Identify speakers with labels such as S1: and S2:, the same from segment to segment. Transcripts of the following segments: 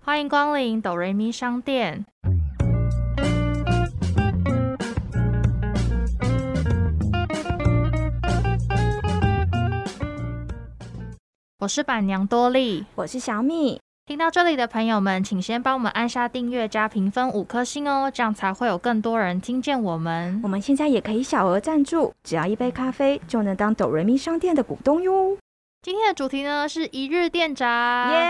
S1: 欢迎光临哆瑞咪商店。我是板娘多莉。
S2: 我是小米，
S1: 听到这里的朋友们，请先帮我们按下订阅加评分五颗星哦，这样才会有更多人听见我们
S2: 我。们现在也可以小额赞助，只要一杯咖啡就能当哆瑞咪商店的股东哟！耶、
S1: 今天的主题呢是一日店长，耶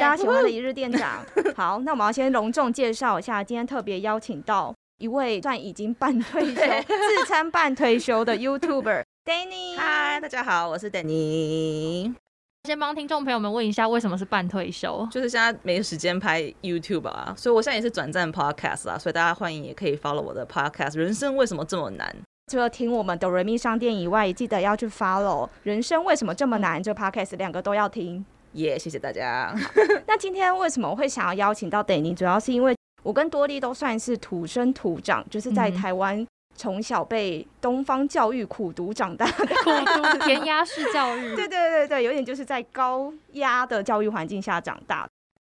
S2: 大家喜欢的一日店长。好，那我们要先隆重介绍一下，今天特别邀请到一位算已经半退休、自称半退休的 YouTuber Danny。
S3: 嗨，大家好，我是 Danny。
S1: 先帮听众朋友们问一下，为什么是半退 休？
S3: 就是现在没时间拍 YouTube 啊，所以我现在也是转战 Podcast 啊，所以大家欢迎也可以 follow 我的 Podcast。人生为什么这么难？
S2: 除了听我们哆瑞咪商店以外，也记得要去 follow《人生为什么这么难》这 podcast，两个都要听。
S3: 耶、谢谢大家。
S2: 那今天为什么我会想要邀请到 Danny，主要是因为我跟多莉都算是土生土长，就是在
S1: 嗯
S2: 台湾从小被东方教育苦读长大 的。
S1: 苦读 填鸭式教育，
S2: 对对对对，有点就是在高压的教育环境下长大。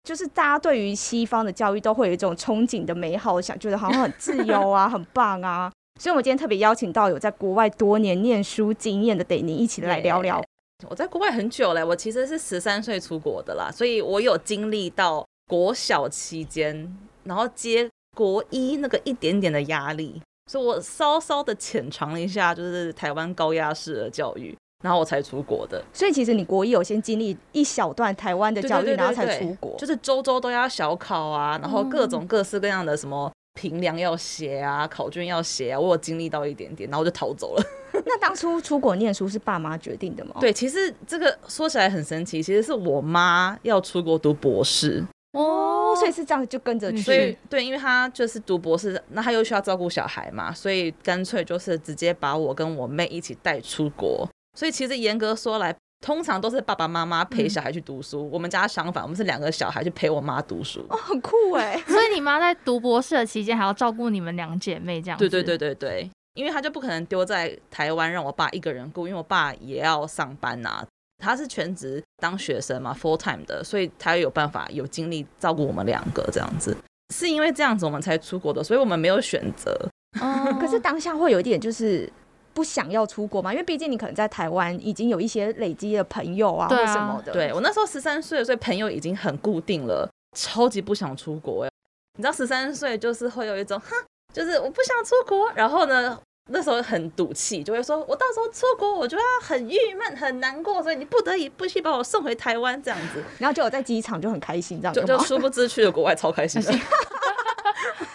S2: 就是大家对于西方的教育都会有一种憧憬的美好，想觉得好像很自由啊，很棒啊。所以，我们今天特别邀请到有在国外多年念书经验的 Danny 一起 来聊聊。
S3: 我在国外很久嘞，我其实是十三岁出国的啦，所以我有经历到国小期间，然后接国一那个一点点的压力，所以我稍稍的浅尝了一下，就是台湾高压式的教育，然后我才出国的。
S2: 所以，其实你国一有先经历一小段台湾的
S3: 对
S2: 教育，
S3: 对对
S2: 然后
S3: 对
S2: 才
S3: 对
S2: 出国。
S3: 就是周周都要小考啊，然后各种各式各样的什么评量要写啊，考卷要写啊，我有经历到一点点，然后我就逃走了。
S2: 那当初出国念书是爸妈决定的吗？
S3: 对，其实这个说起来很神奇，其实是我妈要出国读博士，
S2: 哦，所以是这样就跟着
S1: 嗯
S2: 去。
S3: 所以
S1: 是
S3: 对，因为她就是读博士，那她又需要照顾小孩嘛，所以干脆就是直接把我跟我妹一起带出国。所以其实严格说来。通常都是爸爸妈妈陪小孩去读书，我们家相反，我们是两个小孩去陪我妈读 书。
S2: 很酷哎、
S1: 所以你妈在读博士的期间还要照顾你们两姐妹这样子。
S3: 对对对对对，因为他就不可能丢在台湾让我爸一个人顾，因为我爸也要上班呐、他是全职当学生嘛，full time 的，所以他有办法有精力照顾我们两个这样子。是因为这样子我们才出国的，所以我们没有选择。
S1: 哦，
S2: 可是当下会有一点就是不想要出国嘛，因为毕竟你可能在台湾已经有一些累积的朋友啊
S1: 对啊
S2: 或什么的。
S3: 对我那时候十三岁，所以朋友已经很固定了，超级不想出国欸你知道十三岁就是会有一种哈，就是我不想出国，然后呢，那时候很赌气，就会说我到时候出国我就要很郁闷、很难过，所以你不得已必须把我送回台湾这样子。
S2: 然后就有在机场就很开心这样
S3: 就
S2: 子
S3: 就
S2: 吗。
S3: 殊不知去了国外超开心的，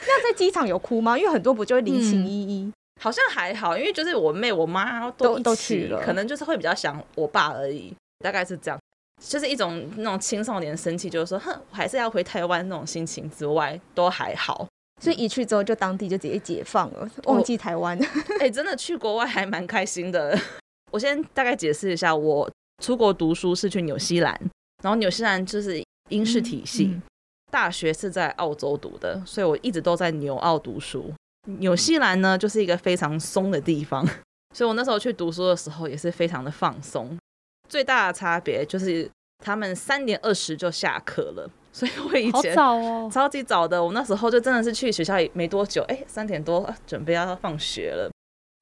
S2: 那在机场有哭吗？因为很多不就会离
S3: 嗯
S2: 情依依，
S3: 好像还好，因为就是我妹、我妈
S2: 都
S3: 都一
S2: 都
S3: 起
S2: 去了
S3: 可能就是会比较想我爸而已，大概是这样。就是一种那种青少年生气，就是说，哼，我还是要回台湾那种心情之外，都还好。
S2: 所以一去之后就当地就直接解放了，
S3: 我
S2: 忘记台湾。
S3: 哎、真的去国外还蛮开心的。我先大概解释一下，我出国读书是去纽西兰，然后纽西兰就是英式体系，
S1: 嗯
S3: 大学是在澳洲读的，所以我一直都在纽澳读书。纽西兰呢，就是一个非常松的地方， 所以我那时候去读书的时候也是非常的放松。最大的差别就是他们三点二十就下课了，所以我以
S1: 好
S3: 前
S1: 早哦，
S3: 超级早的，我那时候就真的是去学校也没多久，哎、三点多、啊准备要放学了。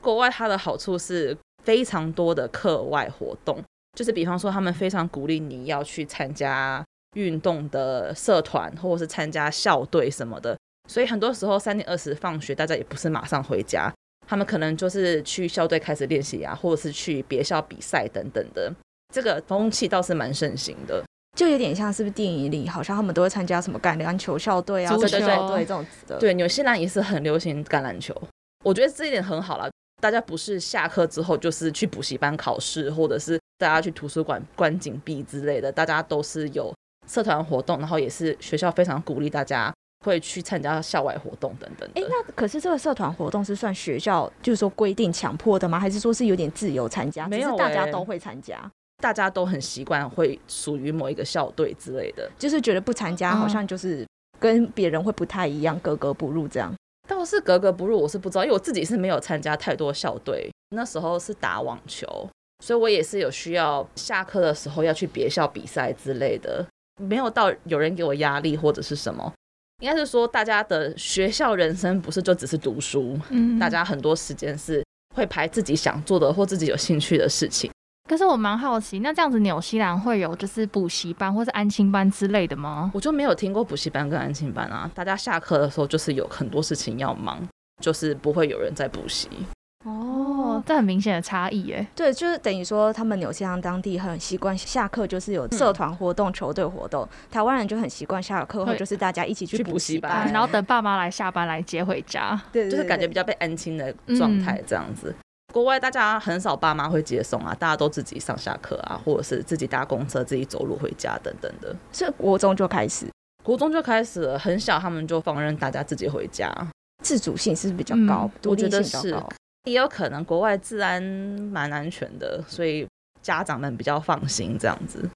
S3: 国外它的好处是非常多的课外活动，就是比方说他们非常鼓励你要去参加运动的社团，或者是参加校队什么的。所以很多时候三点二十放学，大家也不是马上回家，他们可能就是去校队开始练习啊，或者是去别校比赛等等的。这个风气倒是蛮盛行的。
S2: 就有点像是不是电影里，好像他们都会参加什么橄榄球校队啊、
S1: 足
S2: 这
S1: 球
S2: 种校队这种子的。，
S3: 对，纽西兰也是很流行橄榄球，我觉得这一点很好啦。大家不是下课之后就是去补习班考试，或者是大家去图书馆关紧闭之类的，大家都是有社团活动，然后也是学校非常鼓励大家会去参加校外活动等等
S2: 哎、
S3: 的。
S2: 那可是这个社团活动是算学校就是说规定强迫的吗？还是说是有点自由参加？
S3: 没
S2: 只是
S3: 有
S2: 大家
S3: 欸
S2: 都会参加，
S3: 大家都很习惯会属于某一个校队之类的，
S2: 就是觉得不参加
S1: 嗯
S2: 好像就是跟别人会不太一样，格格不入这样。
S3: 倒是格格不入，我是不知道，因为我自己是没有参加太多校队，那时候是打网球，所以我也是有需要下课的时候要去别校比赛之类的。没有到有人给我压力或者是什么，应该是说大家的学校人生不是就只是读书，
S1: 嗯
S3: 大。家很多时间是会排自己想做的或自己有兴趣的事情。
S1: 可是我蛮好奇，那这样子纽西兰会有就是补习班或是安亲班之类的吗？
S3: 我就没有听过补习班跟安亲班啊，大家下课的时候就是有很多事情要忙，就是不会有人在补习。
S1: 哦，这很明显的差异耶。
S2: 对，就是等于说他们纽西兰当地很习惯下课就是有社团活动、球队活动，台湾人就很习惯下了课后
S1: 会
S2: 就是大家一起去
S3: 去补
S2: 补
S3: 习
S2: 习
S3: 班
S1: 啊然后等爸妈来下班来接回家。
S2: 对，对
S3: 就是感觉比。较被安亲的状态这样子。国外大家很少爸妈会接送啊，大家都自己上下课啊，或者是自己搭公车、自己走路回家等等的。
S2: 对是国中就开始
S3: 国中就开始了，很小他们就放任大家自己回家，
S2: 自主性是不是比较
S1: 嗯
S2: 高？独
S3: 我觉
S2: 立
S3: 得
S2: 性比
S3: 是
S2: 较高。
S3: 也有可能国外治安蛮安全的，所以家长们比较放心这样子。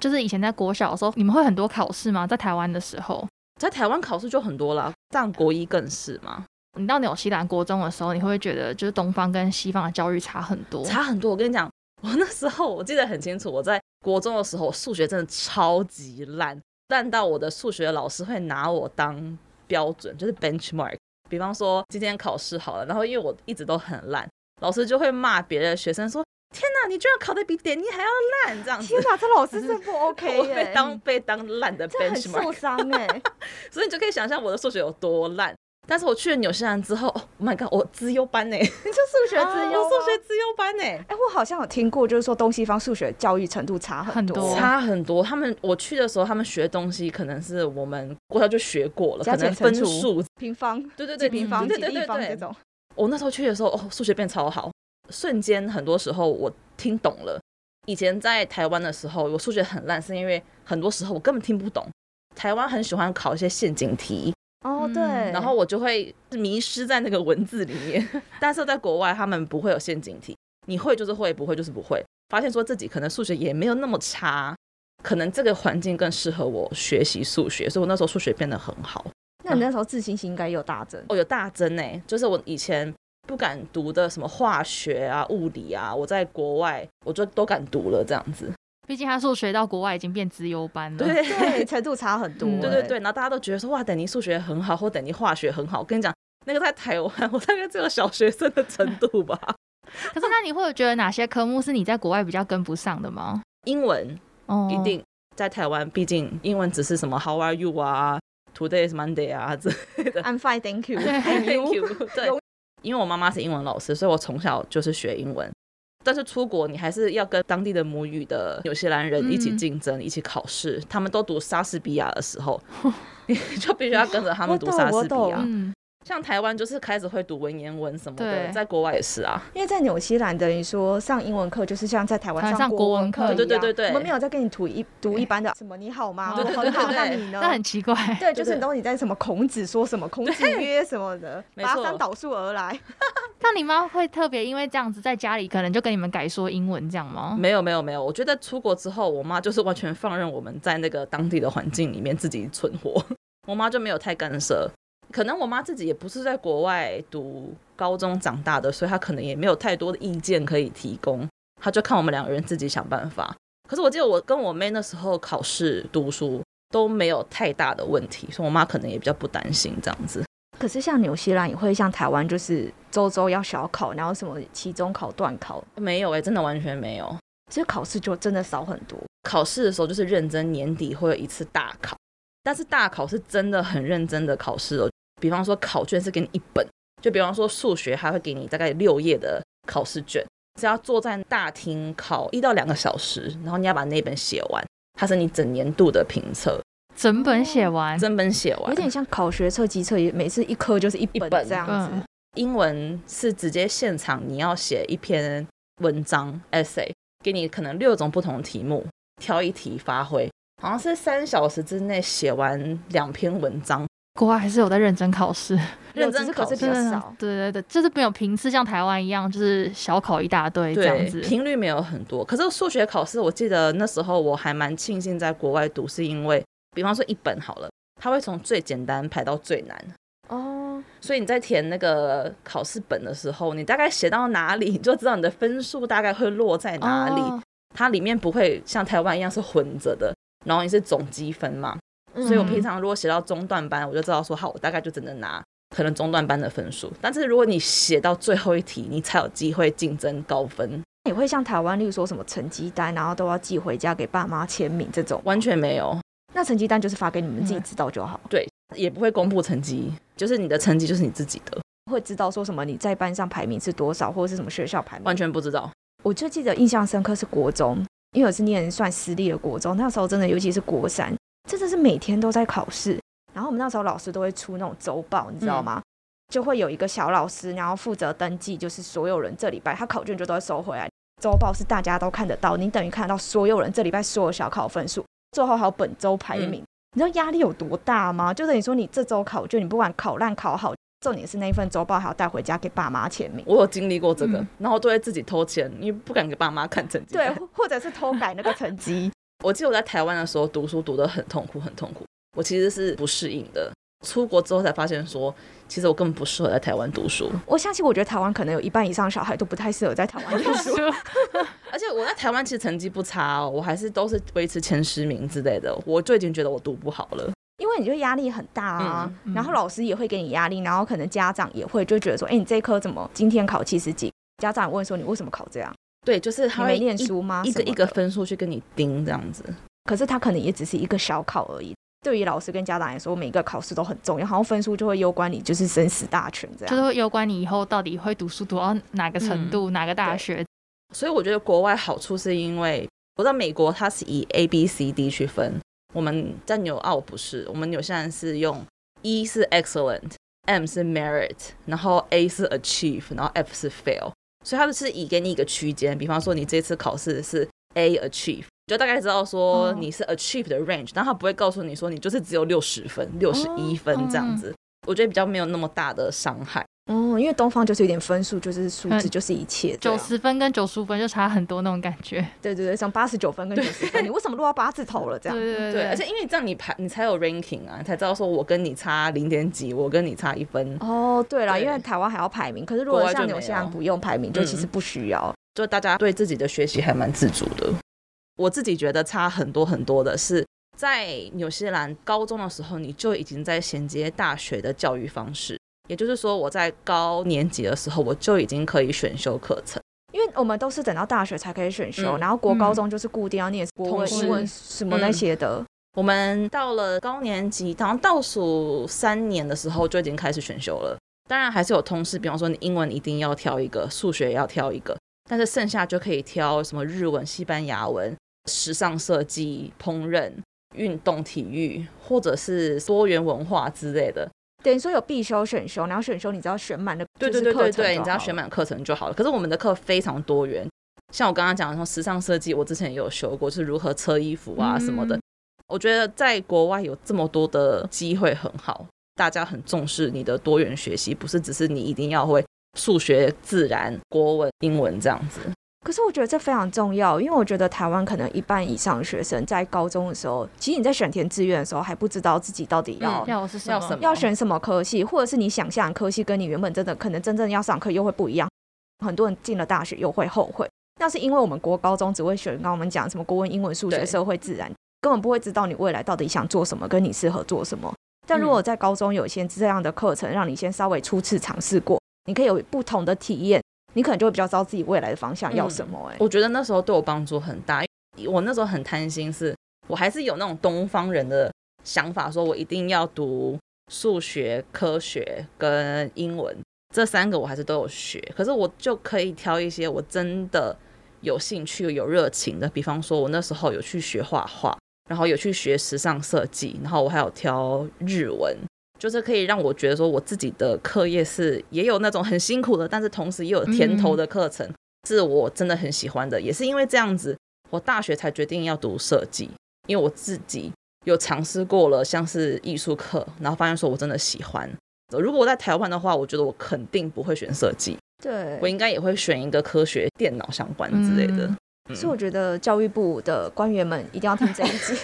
S1: 就是以前在国小的时候，你们会很多考试吗？在台湾的时候，
S3: 在台湾考试就很多啦，但国一更是嘛，
S1: 你到纽西兰国中的时候，你会不会觉得就是东方跟西方的教育差很多？
S3: 差很多。我跟你讲，我那时候我记得很清楚，我在国中的时候数学真的超级烂，烂到我的数学老师会拿我当标准，就是 benchmark。比方说今天考试好了，然后因为我一直都很烂，老师就会骂别的学生说：“天哪，你居然考得比点一还要烂！”这样子
S2: 天，哪，这老师真不 OK
S3: 我
S2: 耶、
S3: 被当被当烂的
S2: 这很受
S3: benchmark，
S2: 伤哎、
S3: 所以你就可以想象我的数学有多烂。但是我去了纽西兰之后、哦、，Oh my god，我资优班呢、
S2: 你就数学
S1: 啊
S2: 之优、
S3: 我数学。资优班呢、欸
S2: 哎、我好像有听过，就是说东西方数学教育程度差
S1: 很
S2: 多，
S1: 多
S3: 差很多。他们我去的时候，他们学东西可能是我们过校就学过了，
S2: 加
S3: 可
S2: 减
S3: 能分
S2: 乘除
S3: 数。
S2: 平方、
S3: 对对
S2: 几
S3: 对，
S2: 平方、
S3: 嗯
S2: 几
S3: 对对
S2: 立
S3: 对
S2: 方这
S3: 对。
S2: 种。
S3: 我那时候去的时候，哦，数学变超好，瞬间很多时候我听懂了。以前在台湾的时候，我数学很烂，是因为很多时候我根本听不懂。台湾很喜欢考一些陷阱题，
S2: 哦，
S1: 嗯
S2: 对。
S3: 然后我就会迷失在那个文字里面。 但是在国外，他们不会有陷阱题，你会就是会，不会就是不会。发现说自己可能数学也没有那么差，可能这个环境更适合我学习数学，所以我那时候数学变得很好。
S2: 那你那时候自信心应该也有大增。
S3: 哦，有大增呢，就是我以前不敢读的什么化学啊、物理啊，我在国外我就都敢读了，这样子。
S1: 毕竟他数学到国外已经变资优班了。
S3: 对，
S2: 对，程度差很多、欸
S1: 嗯
S3: 对对对，，然后大家都觉得说哇，等你数学很好，或等你化学很好。我跟你讲，那个在台湾， 我大概只有小学生的程度吧。
S1: 可是那你会觉得哪些科目是你在国外比较跟不上的吗？
S3: 英文
S1: 哦，
S3: 一定在台湾，毕竟英文只是什么 How are you 啊，Today is Monday 啊这
S2: I'm fine, thank you.
S1: 对
S3: Thank you。对
S2: 永，
S3: 因为我妈妈是英文老师，所以我从小就是学英文。但是出国，你还是要跟当地的母语的纽西兰人一起
S1: 嗯
S3: 竞争，一起考试。他们都读莎士比亚的时 候，你就必须要跟着他
S2: 我
S3: 们读
S2: 懂
S3: 莎
S2: 我
S3: 士比
S2: 懂
S3: 亚。
S1: 嗯，
S3: 像台湾就是开始会读文言文什么的，
S1: 对
S3: 在国外也是啊。
S2: 因为在纽西兰，等于说上英文课就是像在台
S1: 台
S2: 湾
S1: 湾上
S2: 国
S1: 国
S2: 文课
S1: 文
S2: 一样，
S1: 课
S3: 对对对对
S2: 我们没有在跟你读一读一般的什么你好吗，
S1: 哦
S2: 我
S1: 对对
S2: 很好，
S3: 对对
S2: 那你呢
S1: 那？很奇怪。
S2: 对，就是
S3: 对对
S2: 都你在什么孔子说什么，孔子曰什么的，
S3: 没
S2: 跋
S3: 错
S2: 山倒树而来。
S1: 那你妈会特别因为这样子在家里可能就跟你们改说英文这样吗？
S3: 没有没有没有，我觉得出国之后，我妈就是完全放任我们在那个当地的环境里面自己存活， 我妈就没有太干涉。可能我妈自己也不是在国外读高中长大的，所以她可能也没有太多的意见可以提供，她就看我们两个人自己想办法。可是我记得我跟我妹那时候考试读书都没有太大的问题，所以我妈可能也比较不担心这样子。
S2: 可是像纽西兰也会像台湾，就是周周要小考，然后什么期中考、段考，
S3: 没有哎、真的完全没有。
S2: 所以考试就真的少很多。
S3: 考试的时候就是认真，年底会有一次大考，但是大考是真的很认真的考试哦。比方说考卷是给你一本，就比方说数学，它会给你大概六页的考试卷，只要坐在大厅考一到两个小时，然后你要把那本写完，它是你整年度的评测，
S1: 整本
S3: 哦
S1: 写完，
S3: 整本写完。
S2: 有点像考学测、机测，也每次一科就是一本
S3: 一本
S2: 这样子。
S1: 嗯
S3: 英文是直接现场你要写一篇文章 essay，给你可能六种不同题目，挑一题发挥，好像是三小时之内写完两篇文章，
S1: 国外还是有在认真考试，
S2: 有
S3: 认真
S2: 只是
S3: 考
S2: 考试
S3: 试
S2: 比较
S1: 真的
S2: 少
S1: 对对对，就是没有平次像台湾一样，就是小考一大堆这样
S3: 对
S1: 子。
S3: 频率没有很多。可是数学考试，我记得那时候我还蛮庆幸在国外读，是因为比方说一本好了，它会从最简单排到最难。
S2: 哦。
S3: 所以你在填那个考试本的时候，你大概写到哪里，你就知道你的分数大概会落在哪里。
S1: 哦
S3: 它里面不会像台湾一样是混着的，然后你是总积分嘛，
S4: 嗯
S3: 所以我平常如果写到中段班，我就知道说好，我大概就只能拿可能中段班的分数。但是如果你写到最后一题，你才有机会竞争高分，
S2: 也会像台湾，例如说什么成绩单，然后都要寄回家给爸妈签名这种。
S3: 完全没有，
S2: 那成绩单就是发给你们自己知道就好，
S3: 也不会公布成绩，就是你的成绩就是你自己的，
S2: 会知道说什么你在班上排名是多少，或者是什么学校排名。
S3: 完全不知道。
S2: 我最记得印象深刻是国中，因为我是念算私立的国中，那时候真的尤其是国三，真的是每天都在考试。然后我们那时候老师都会出那种周报，你知道吗？就会有一个小老师，然后负责登记，就是所有人这礼拜他考卷就都会收回来。周报是大家都看得到，你等于看得到所有人这礼拜所有小考分数，最后还有本周排名。你知道压力有多大吗？就等于说你这周考卷，你不管考烂考好，重点是那一份周报还要带回家给爸妈签名。
S3: 我有经历过这个，
S1: 嗯
S3: 然后都会自己偷钱，因为不敢给爸妈看成绩
S2: 对
S3: 单。，
S2: 或或者是偷改那个成绩。
S3: 我记得我在台湾的时候读书读得很痛苦，很痛苦。我其实是不适应的，出国之后才发现说，其实我根本不适合在台湾读书。
S2: 我相信，我觉得台湾可能有一半以上的小孩都不太适合在台湾念 书。
S3: 而且我在台湾其实成绩不差哦，我还是都是维持前十名之类的。我就已经觉得我读不好了，
S2: 因为你就压力很大啊，
S1: 嗯嗯
S2: 然后老师也会给你压力，然后可能家长也会就觉得说，哎、你这一科怎么今天考七十几？家长也问说你为什么考这样？
S3: 对，就是
S2: 你
S3: 他会
S2: 没念
S3: 一
S2: 书吗？
S3: 一个
S2: 什么的
S3: 一个，分数去跟你盯这样子。
S2: 可是他可能也只是一个小考而已。对于老师跟家长来说，每一个考试都很重要，好像分数就会攸关你就是生死大权这
S1: 就
S2: 样。
S1: 是会有关你以后到底会读书读到哪个程
S3: 嗯
S1: 度、哪个大
S3: 啊
S1: 学。
S3: 所以我觉得国外好处是因为我在美国它是以 A B C D 去分，我们在纽澳不是，我们纽西兰是用 E 是 excellent，M 是 merit，然后 A 是 achieve，然后 F 是 fail，所以它们是以给你一个区间，比方说你这次考试是 A achieve。你就大概知道说
S1: 哦
S3: 你是 achieve 的 range，、但他不会告诉你说你就是只有六十分、六十一分这样子。我觉得比较没有那么大的伤害。
S2: 嗯，因为东方就是有点分数，就是数字
S1: 嗯
S2: 就是一切这
S1: 九
S2: 样。
S1: 十分跟九十五分就差很多那种感觉，
S2: 对对对，像八十九分跟九十分，你为什么落到八字头了这
S1: 对
S2: 样？
S1: 对
S3: 对，
S1: 对，
S3: 而且因为这样你排你才有 ranking 啊，你才知道说我跟你差零点几，我跟你差一分，
S2: 哦，对了，
S3: 对
S2: 因为台湾还要排名，可是如
S3: 国
S2: 果
S3: 外就
S2: 像
S3: 没有嗯
S2: 纽西兰不用排名，就其实不需要。
S3: 就大家对自己的学习还蛮自主的。我自己觉得差很多很多的是，在纽西兰高中的时候，你就已经在衔接大学的教育方式，也就是说，我在高年级的时候，我就已经可以选修课程。
S2: 因为我们都是等到大学才可以选修，
S3: 嗯
S2: 然后国高中就是固定要念国文、
S3: 同
S1: 时
S2: 英文什
S3: 嗯
S2: 么那些的。
S3: 我们到了高年级，好像倒数三年的时候就已经开始选修了。当然还是有通识，比方说你英文一定要挑一个，数学也要挑一个，但是剩下就可以挑什么日文、西班牙文、时尚设计、烹饪、运动体育，或者是多元文化之类的。
S2: 等于说有必修选修，然后选修你只要选满了，
S3: 对
S2: 就是
S3: 对对
S2: 课
S3: 对
S2: 程
S3: 对，
S2: 就
S3: 你只
S2: 好
S3: 要
S2: 了
S3: 选。满课程就好了。可是我们的课非常多元，像我刚刚讲的，说时尚设计，我之前也有修过，就是如何车衣服啊什么的。
S1: 嗯
S3: 我觉得在国外有这么多的机会很好，大家很重视你的多元学习，不是只是你一定要会数学、自然、国文、英文这样子。
S2: 可是我觉得这非常重要，因为我觉得台湾可能一半以上的学生在高中的时候，其实你在选填志愿的时候还不知道自己到底要、
S3: 嗯
S1: 要是什么
S3: 要什么
S2: 要选什么科系，或者是你想象的科系跟你原本真的可能真正要上课又会不一样。很多人进了大学又会后悔，那是因为我们国高中只会选刚刚我们讲什么国文、英文、数学、
S3: 对
S2: 社会、自然，根本不会知道你未来到底想做什么，跟你适合做什么。但如果
S3: 嗯
S2: 在高中有一些这样的课程，让你先稍微初次尝试过，你可以有不同的体验，你可能就会比较知道自己未来的方向要
S3: 嗯
S2: 什么、欸。
S3: 我觉得那时候对我帮助很大。因为我那时候很贪心是，我还是有那种东方人的想法，说我一定要读数学、科学跟英文这三个，我还是都有学。可是我就可以挑一些我真的有兴趣、有热情的，比方说，我那时候有去学画画，然后有去学时尚设计，然后我还有挑日文。就是可以让我觉得说，我自己的课业是也有那种很辛苦的，但是同时也有甜头的课程，是我真的很喜欢的，也是因为这样子，我大学才决定要读设计，因为我自己有尝试过了，像是艺术课，然后发现说我真的喜欢。如果我在台湾的话，我觉得我肯定不会选设计，
S2: 对
S3: 我应该也会选一个科学、电脑相关之类的。
S1: 嗯
S3: 嗯
S2: 所以我觉得教育部的官员们一定要听这一 集，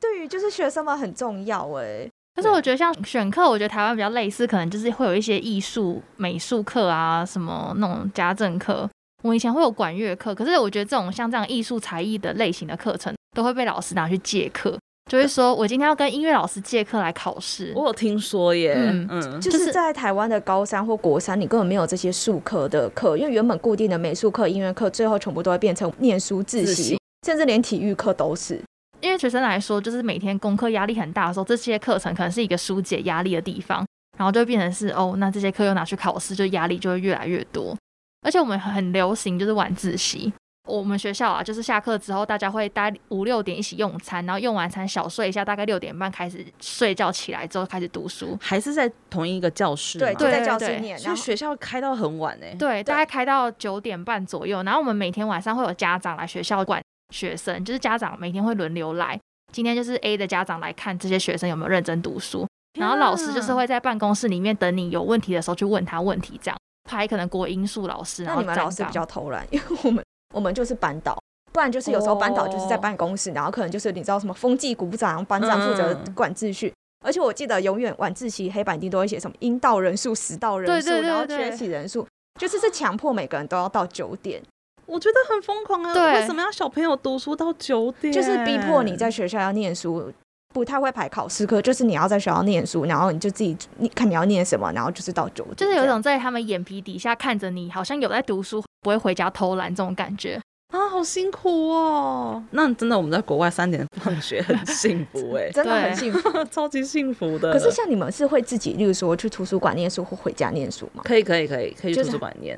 S2: 对于就是学生们很重要哎、
S1: 但是我觉得像选课，我觉得台湾比较类似，可能就是会有一些艺术、美术课啊，什么那种家政课。我以前会有管乐课，可是我觉得这种像这样艺术才艺的类型的课程，都会被老师拿去借课，就会说我今天要跟音乐老师借课来考试。
S3: 我有听说耶，
S1: 嗯
S3: 嗯，
S2: 就是在台湾的高三或国三，你根本没有这些术科的课，因为原本固定的美术课、音乐课，最后全部都会变成念书自
S3: 自
S2: 习
S3: 习，
S2: 甚至连体育课都是。
S1: 因为学生来说，就是每天功课压力很大的时候，这些课程可能是一个疏解压力的地方，然后就会变成是哦，那这些课又拿去考试，就压力就会越来越多。而且我们很流行就是晚自习，我们学校啊，就是下课之后大家会待五六点一起用餐，然后用完餐小睡一下，大概六点半开始睡觉，起来之后开始读书。
S3: 还是在同一个教室吗，
S2: 对，就
S1: 对
S2: 在教
S1: 对
S2: 室
S1: 对
S2: 念，
S3: 所
S2: 然
S3: 以
S2: 后
S3: 学校开到很晚哎，
S1: 对，大概开到九点半左右。然后我们每天晚上会有家长来学校管学生，就是家长每天会轮流来。今天就是 A 的家长来看这些学生有没有认真读书，然后老师就是
S2: 啊
S1: 会在办公室里面等你有问题的时候去问他问题，这样拍可能国英数老师，然
S2: 那
S1: 后
S2: 你们
S1: 站
S2: 老师比
S1: 岗
S2: 较偷懒， 因为我们我们就是班导，不然就是有时候班导就是在办公室，然后可能就是你知道什么风纪股长，班长负责
S3: 嗯
S2: 管秩序。而且我记得永远晚自习黑板一定都会写什么应到人数、实到人数，
S1: 对对对
S2: 然后
S1: 对
S2: 缺席人数，就是是强迫每个人都要到九点，
S3: 我觉得很疯狂啊！
S1: 对
S3: 为什么要小朋友读书到九点？
S2: 就是逼迫你在学校要念书。不太会排考试课，就是你要在学校念书，然后你就自己你看你要念什么，然后就是到九点这
S1: 就是
S2: 样，
S1: 有一种在他们眼皮底下看着你，好像有在读书，不会回家偷懒这种感觉。
S3: 啊，好辛苦哦。那真的我们在国外三点放学很幸福哎、
S2: 真的很
S1: 对
S2: 幸 福。
S3: 超级幸福的。
S2: 可是像你们是会自己，例如说去图书馆念书或回家念书吗？
S3: 可以可以可以可以
S2: 就是
S3: 去图书馆念，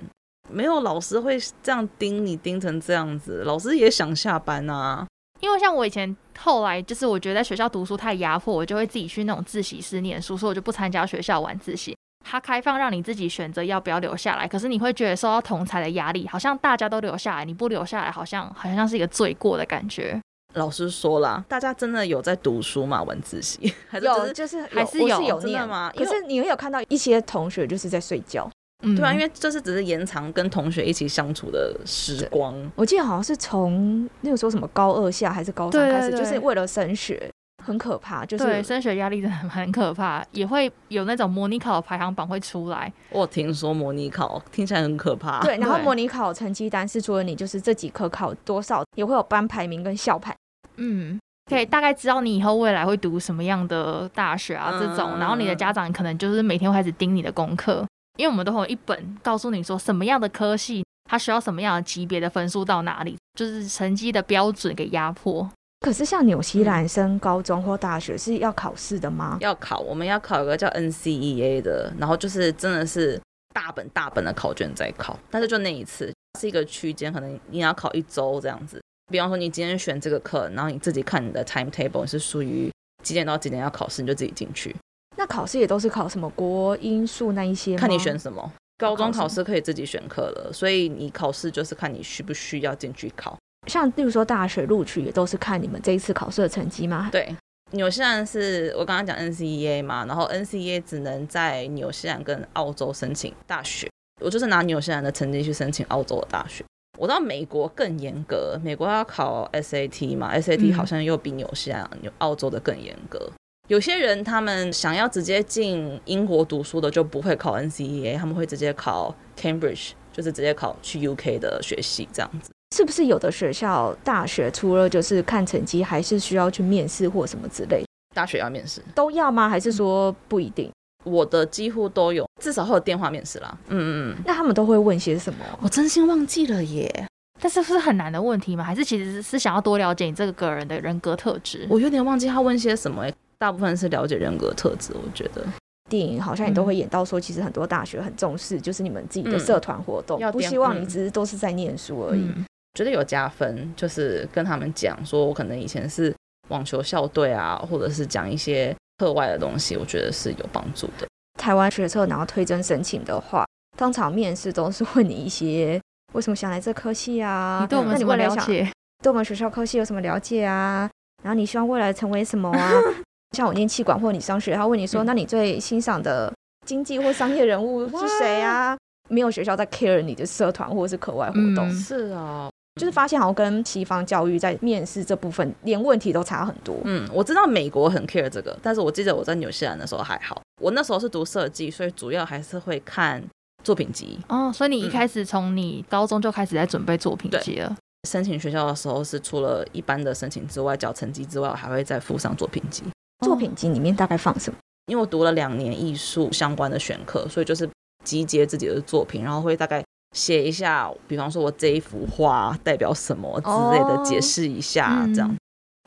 S3: 没有老师会这样盯你盯成这样子，老师也想下班啊。
S1: 因为像我以前后来就是我觉得在学校读书太压迫，我就会自己去那种自习室念书，所以我就不参加学校晚自习。它开放让你自己选择要不要留下来，可是你会觉得受到同才的压力，好像大家都留下来，你不留下来好像好像是一个罪过的感觉。
S3: 老师说啦，大家真的有在读书吗？晚自习 还是
S2: 有
S3: 就是
S2: 就是
S1: 还是
S2: 我
S1: 有
S2: 有
S3: 真的
S2: 念
S3: 吗
S2: 可
S3: 因为
S2: 是你会有看到一些同学就是在睡觉，
S1: 嗯，
S3: 对啊，因为就是只是延长跟同学一起相处的时光，
S2: 我记得好像是从那个时候什么高二下还是高三
S1: 对
S2: 开始，
S1: 对
S2: 就是
S1: 对
S2: 为了升学，很可怕，就
S1: 对
S2: 是
S1: 升学压力真的很可怕，也会有那种模拟考的排行榜会出来，
S3: 我有听说模拟考听起来很可 怕。
S2: 对，然后
S1: 啊对
S2: 模拟考成绩单是除了你就是这几科考多少，也会有班排名跟校排。
S1: 嗯，可以大概知道你以后未来会读什么样的大学啊，
S3: 嗯
S1: 这种。然后你的家长可能就是每天会开始盯你的功课，因为我们都会有一本告诉你说什么样的科系，它需要什么样的级别的分数到哪里，就是成绩的标准给压迫。
S2: 可是像纽西
S3: 嗯
S2: 兰升高中或大学是要考试的吗？
S3: 要考，我们要考一个叫 NCEA 的，然后就是真的是大本大本的考卷在考，但是就那一次是一个区间，可能你要考一周这样子。比方说你今天选这个课，然后你自己看你的 timetable 你是属于几点到几点要考试，你就自己进去
S2: 那考试也都是考什么国英数那一些吗？
S3: 看你选什么。高中考
S2: 考什
S3: 试可以自己选课了，所以你考试就是看你需不需要进去考。
S2: 像例如说大学录取也都是看你们这一次考试的成绩吗？
S3: 对，纽西兰是我刚刚讲 NCEA 嘛，然后 NCEA 只能在纽西兰跟澳洲申请大学，我就是拿纽西兰的成绩去申请澳洲的大学。我到美国更严格，美国要考 SAT 嘛
S1: 嗯
S3: ，SAT 好像又比纽西兰、纽澳洲的更严格。有些人他们想要直接进英国读书的，就不会考 E NCEA，他们会直接考 Cambridge，就是直接考去 UK 的学系这样子。
S2: 是不是有的学校大学除了就是看成绩，还是需要去面试或什么之类，
S3: 大学要面试，
S2: 都要吗？还是说不一定？
S3: 我的几乎都有，至少会有电话面试啦。嗯嗯嗯。
S2: 那他们都会问些什么？
S3: 我真心忘记了耶，
S1: 但是是很难的问题吗？还是其实是想要多了解你这个个人的人格特质？
S3: 我有点忘记他问些什么耶。大部分是了解人格特质，我觉得
S2: 电影好像也都会演到说，其实很多大学很重视，就是你们自己的社团活动，
S3: 嗯要
S2: 不
S3: 点
S2: 希望你
S3: 嗯
S2: 只是都是在念书而已。
S1: 嗯，
S3: 觉得有加分，就是跟他们讲说，我可能以前是网球校队啊，或者是讲一些课外的东西，我觉得是有帮助的。
S2: 台湾学测然后推甄申请的话，通常面试都是问你一些为什么想来这科系啊？
S1: 你对我
S2: 那
S1: 们
S2: 你
S1: 什么
S2: 未来
S1: 了
S2: 想
S1: 解？
S2: 对我们学校科系有什么了解啊？然后你希望未来成为什么啊？ 像我念气管或你商学，他问你说，
S3: 嗯
S2: 那你最欣赏的经济或商业人物是谁啊？没有学校在 care 你的社团或者是课外活动，
S1: 嗯
S3: 是啊，
S2: 就是发现好像跟西方教育在面试这部分连问题都差很多。
S3: 嗯，我知道美国很 care 这个，但是我记得我在纽西兰的时候还好，我那时候是读设计，所以主要还是会看作品集。
S1: 哦，所以你一
S3: 嗯
S1: 开始从你高中就开始在准备作品
S3: 对
S1: 集了。
S3: 申请学校的时候是除了一般的申请之外，缴成绩之外，我还会再附上作品集。
S1: 嗯
S2: 作品集里面大概放什么？
S3: 因为我读了两年艺术相关的选课，所以就是集结自己的作品，然后会大概写一下，比方说我这一幅画代表什么之类的，
S2: 哦
S3: 解释一下、
S1: 嗯
S3: 这样。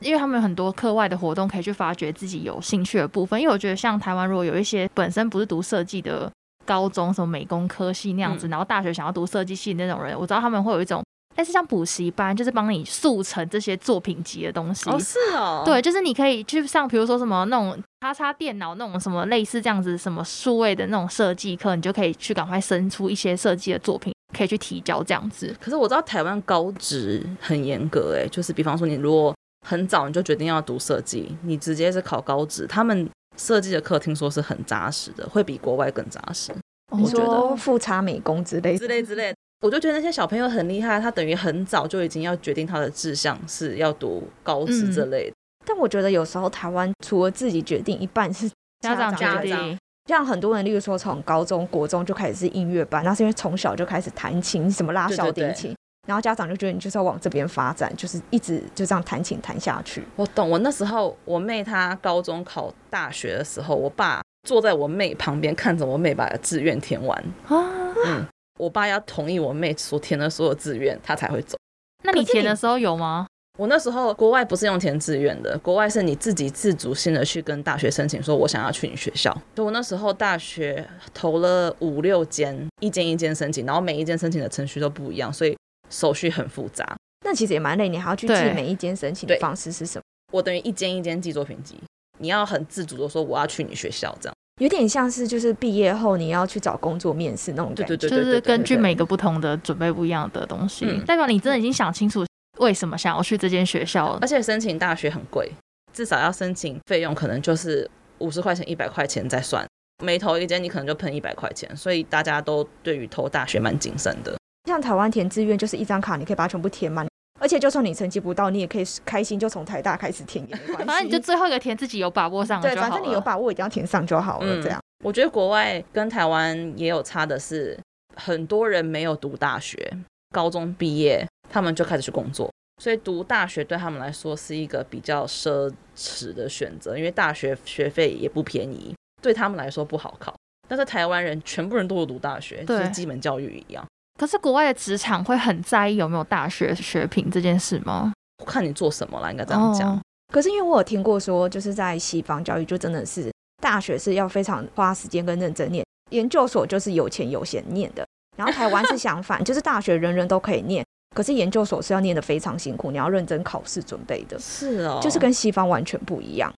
S1: 因为他们有很多课外的活动可以去发掘自己有兴趣的部分。因为我觉得像台湾如果有一些本身不是读设计的高中什么美工科系那样子，
S3: 嗯
S1: 然后大学想要读设计系那种人，我知道他们会有一种类似像补习班，就是帮你速成这些作品集的东西。
S3: 哦，是哦，
S1: 对，就是你可以去上，比如说什么那种叉叉电脑那种什么类似这样子什么数位的那种设计课，你就可以去赶快生出一些设计的作品，可以去提交这样子。
S3: 可是我知道台湾高职很严格、欸，就是比方说你如果很早你就决定要读设计，你直接是考高职，他们设计的课听说是很扎实的，会比国外更扎实
S1: 我
S2: 你
S1: 觉得
S2: 说复查美工之类
S3: 之
S2: 的，
S3: 类之类。我就觉得那些小朋友很厉害，他等于很早就已经要决定他的志向是要读高职这类的。
S2: 但我觉得有时候台湾除了自己决定，一半是
S1: 家长
S3: 家
S1: 决
S3: 长
S1: 定，
S2: 像很多人，例如说从高中、国中就开始是音乐班，那是因为从小就开始弹琴，什么拉小提
S3: 对对对
S2: 琴，然后家长就觉得你就是要往这边发展，就是一直就这样弹琴弹下去。
S3: 我懂，我那时候我妹她高中考大学的时候，我爸坐在我妹旁边看着我妹把志愿填完。
S1: 啊。
S3: 嗯，我爸要同意我妹所填的所有志愿，他才会走。
S1: 那你
S2: 可是
S1: 填的
S2: 你
S1: 时候有吗？
S3: 我那时候国外不是用填志愿的，国外是你自己自主性的去跟大学申请，说我想要去你学校。就我那时候大学投了五六间，一间一间申请，然后每一间申请的程序都不一样，所以手续很复杂。
S2: 那其实也蛮累，你还要去记
S1: 对
S2: 每一间申请的
S3: 对
S2: 方式是什么，
S3: 我等于一间一间寄作品集，你要很自主的说我要去你学校这样。
S2: 有点像是就是毕业后你要去找工作面试那种
S3: 对
S2: 感觉。
S3: 对对
S1: 就
S3: 对对对
S1: 是根据
S3: 对
S1: 每个不同的准备不一样的东西，
S3: 嗯
S1: 代表你真的已经想清楚为什么想要去这间学校了
S3: 而。且申请大学很贵，至少要申请费用可能就是五十块钱、一百块钱再算。每投一间，你可能就喷一百块钱，所以大家都对于投大学蛮谨慎的。
S2: 像台湾填志愿就是一张卡，你可以把它全部填满，而且就算你成绩不到，你也可以开心就从台大开始填也没关 系。
S1: 反正你就最后一个填自己有把握上了
S2: 对，
S1: 就好
S2: 反正你有
S1: 了
S2: 把握一定要填上就好了，
S3: 嗯
S2: 这样。
S3: 我觉得国外跟台湾也有差的是，很多人没有读大学，高中毕业他们就开始去工作，所以读大学对他们来说是一个比较奢侈的选择，因为大学学费也不便宜，对他们来说不好考。但是台湾人全部人都有读大学，就
S1: 对
S3: 是基本教育一样。
S1: 可是国外的职场会很在意有没有大学学品这件事吗？
S3: 看你做什么啦，应该这样讲。
S1: 哦
S2: 可是因为我有听过说，就是在西方教育就真的是大学是要非常花时间跟认真念，研究所就是有钱有闲念的。然后台湾是相反，就是大学人人都可以念，可是研究所是要念得非常辛苦，你要认真考试准备的，
S3: 是哦，
S2: 就是跟西方完全不一样。